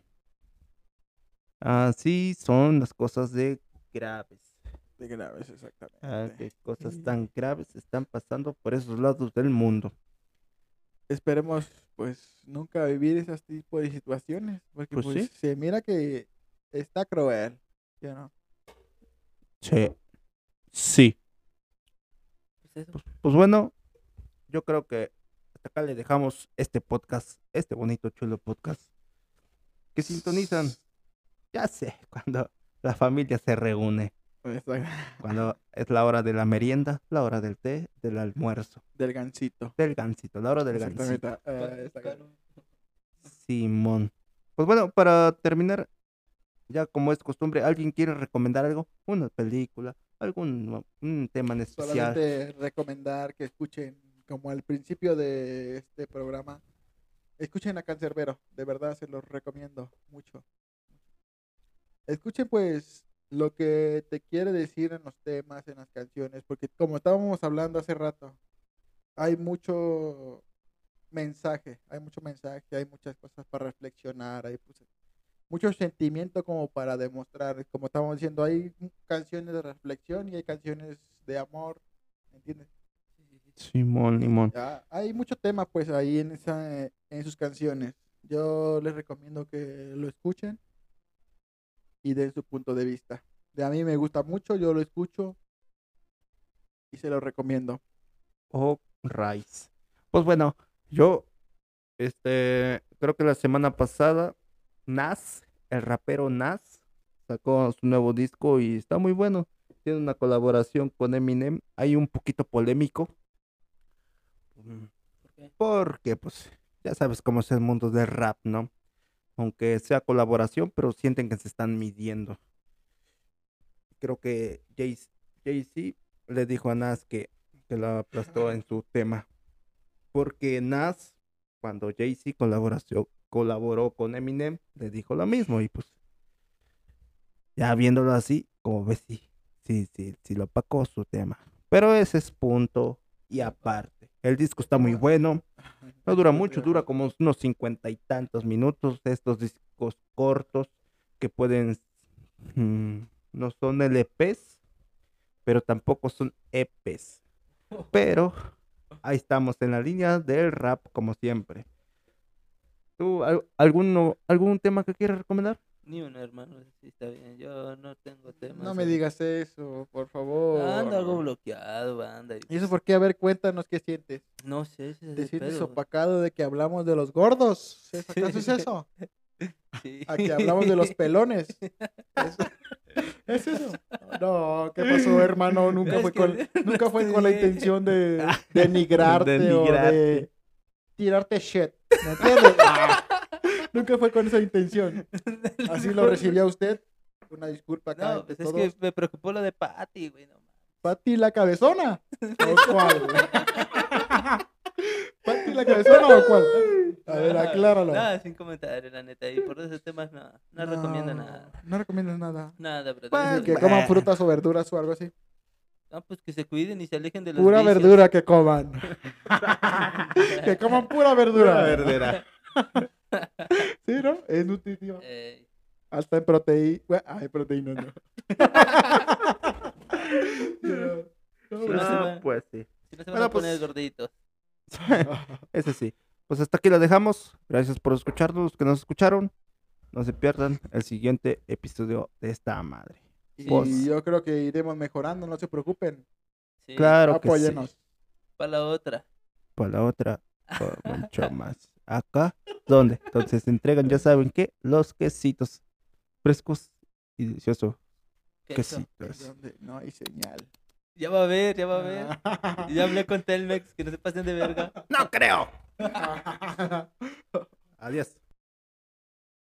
[SPEAKER 1] Así son las cosas de graves.
[SPEAKER 2] De graves, exactamente.
[SPEAKER 1] Ah, qué cosas tan graves están pasando por esos lados del mundo.
[SPEAKER 2] Esperemos, pues, nunca vivir ese tipo de situaciones. Porque,
[SPEAKER 1] Pues
[SPEAKER 2] pues,
[SPEAKER 1] sí.
[SPEAKER 2] se mira que está cruel. ¿Ya no?
[SPEAKER 1] Sí. Sí.
[SPEAKER 3] Pues eso.
[SPEAKER 1] Pues bueno, yo creo que hasta acá le dejamos este podcast, este bonito, chulo podcast. Que sintonizan, ya sé, cuando la familia se reúne,
[SPEAKER 2] Exact-
[SPEAKER 1] cuando es la hora de la merienda, la hora del té, del almuerzo,
[SPEAKER 2] Del gancito.
[SPEAKER 1] del gansito, la hora del gansito.
[SPEAKER 2] Exactamente.
[SPEAKER 3] Cal-
[SPEAKER 2] eh, exact-
[SPEAKER 3] calum-
[SPEAKER 1] Simón. Pues bueno, para terminar, ya como es costumbre, ¿alguien quiere recomendar algo? Una película, algún un tema en
[SPEAKER 2] pues,
[SPEAKER 1] especial.
[SPEAKER 2] solamente recomendar que escuchen, como al principio de este programa, escuchen a Cancerbero, de verdad se los recomiendo mucho. Escuchen pues lo que te quiere decir en los temas, en las canciones, porque como estábamos hablando hace rato, hay mucho mensaje, hay mucho mensaje, hay muchas cosas para reflexionar, hay pues, mucho sentimiento como para demostrar, como estábamos diciendo, hay canciones de reflexión y hay canciones de amor, ¿entiendes?
[SPEAKER 1] Simón, Limón.
[SPEAKER 2] Ya, hay mucho tema pues ahí en esa en sus canciones. Yo les recomiendo que lo escuchen y den su punto de vista. De a mí me gusta mucho, yo lo escucho y se lo recomiendo.
[SPEAKER 1] o Rice. Pues bueno, yo este creo que la semana pasada Nas, el rapero Nas, sacó su nuevo disco y está muy bueno. Tiene una colaboración con Eminem, hay un poquito polémico. Mm,
[SPEAKER 3] qué?
[SPEAKER 1] Porque pues ya sabes cómo es el mundo del rap, ¿no? Aunque sea colaboración, pero sienten que se están midiendo. Creo que Jay- Jay-Z le dijo a Nas que que la aplastó en su tema. Porque Nas, cuando Jay-Z colaboració- colaboró con Eminem, le dijo lo mismo. Y pues, ya viéndolo así, como ves, sí, sí, sí, sí lo opacó su tema. Pero ese es punto y aparte. El disco está muy bueno. No dura mucho, dura como unos cincuenta y tantos minutos. Estos discos cortos que pueden. mm, no son LPs, pero tampoco son EPs. Pero ahí estamos en la línea del rap, como siempre. ¿Tú al- alguno, algún tema que quieras recomendar?
[SPEAKER 3] Ni un hermano, sí está bien. Yo no tengo temas.
[SPEAKER 2] No me
[SPEAKER 3] ahorita.
[SPEAKER 2] digas eso, por favor.
[SPEAKER 3] Ando algo bloqueado, banda. y
[SPEAKER 2] ¿Y eso
[SPEAKER 3] pues,
[SPEAKER 2] por qué? A ver, cuéntanos qué sientes.
[SPEAKER 3] No sé, ese es
[SPEAKER 2] ¿Te
[SPEAKER 3] el
[SPEAKER 2] sientes
[SPEAKER 3] pedo.
[SPEAKER 2] opacado de que hablamos de los gordos? ¿Eso- ¿Acaso es eso?
[SPEAKER 3] Sí.
[SPEAKER 2] A que hablamos de los pelones. ¿Es, ¿es eso? No, ¿qué pasó, hermano? Nunca
[SPEAKER 4] Es
[SPEAKER 2] fue
[SPEAKER 4] que
[SPEAKER 2] con,
[SPEAKER 4] no
[SPEAKER 2] nunca fue con la
[SPEAKER 4] estudié.
[SPEAKER 2] intención de denigrarte, o de
[SPEAKER 1] Denigrarte.
[SPEAKER 2] tirarte shit. ¿Me entiendes? Ah, nunca fue con esa intención. Así lo recibía usted. Una disculpa acá.
[SPEAKER 3] No,
[SPEAKER 2] ante
[SPEAKER 3] pues es
[SPEAKER 2] todos.
[SPEAKER 3] que me preocupó lo de Patty, güey. No, mames.
[SPEAKER 2] ¿Pati la cabezona? ¿O cuál? ¿Pati la cabezona o cuál? A ver,
[SPEAKER 3] No,
[SPEAKER 2] acláralo.
[SPEAKER 3] Nada, sin comentarios, la neta. Y por esos temas, no, no, recomiendo nada. Pues,
[SPEAKER 2] No recomiendas nada.
[SPEAKER 3] Nada, brother.
[SPEAKER 1] Bueno,
[SPEAKER 3] Eso-
[SPEAKER 2] Que coman frutas o verduras o algo así.
[SPEAKER 3] No, pues que se cuiden y se alejen de los
[SPEAKER 2] Pura
[SPEAKER 3] vicios.
[SPEAKER 2] verdura que coman. que coman pura verdura.
[SPEAKER 1] verdadera.
[SPEAKER 2] Sí, ¿no? Es nutritiva.
[SPEAKER 3] Eh,
[SPEAKER 2] Hasta en proteína. Ay, proteína no. No, no,
[SPEAKER 3] Sí,
[SPEAKER 2] no.
[SPEAKER 3] va.
[SPEAKER 1] pues sí.
[SPEAKER 3] si no se van
[SPEAKER 1] Bueno,
[SPEAKER 3] a poner
[SPEAKER 1] pues-
[SPEAKER 3] gorditos.
[SPEAKER 1] Ese sí. Pues hasta aquí la dejamos. Gracias por escucharnos, los que nos escucharon. No se pierdan el siguiente episodio de esta madre.
[SPEAKER 2] Y
[SPEAKER 1] Pues-
[SPEAKER 2] yo creo que iremos mejorando, no se preocupen.
[SPEAKER 3] Sí,
[SPEAKER 1] Claro que sí.
[SPEAKER 2] Apóyenos.
[SPEAKER 3] Para la otra.
[SPEAKER 1] Para la otra, por mucho más. Acá, ¿dónde? Entonces entregan, ya saben que los quesitos frescos y deliciosos.
[SPEAKER 3] Queso.
[SPEAKER 1] Quesitos.
[SPEAKER 2] ¿Dónde? No hay señal.
[SPEAKER 3] Ya va a ver, ya va a ver.
[SPEAKER 2] Ah.
[SPEAKER 3] Ya hablé con Telmex, que no se pasen de verga.
[SPEAKER 1] No creo. Adiós.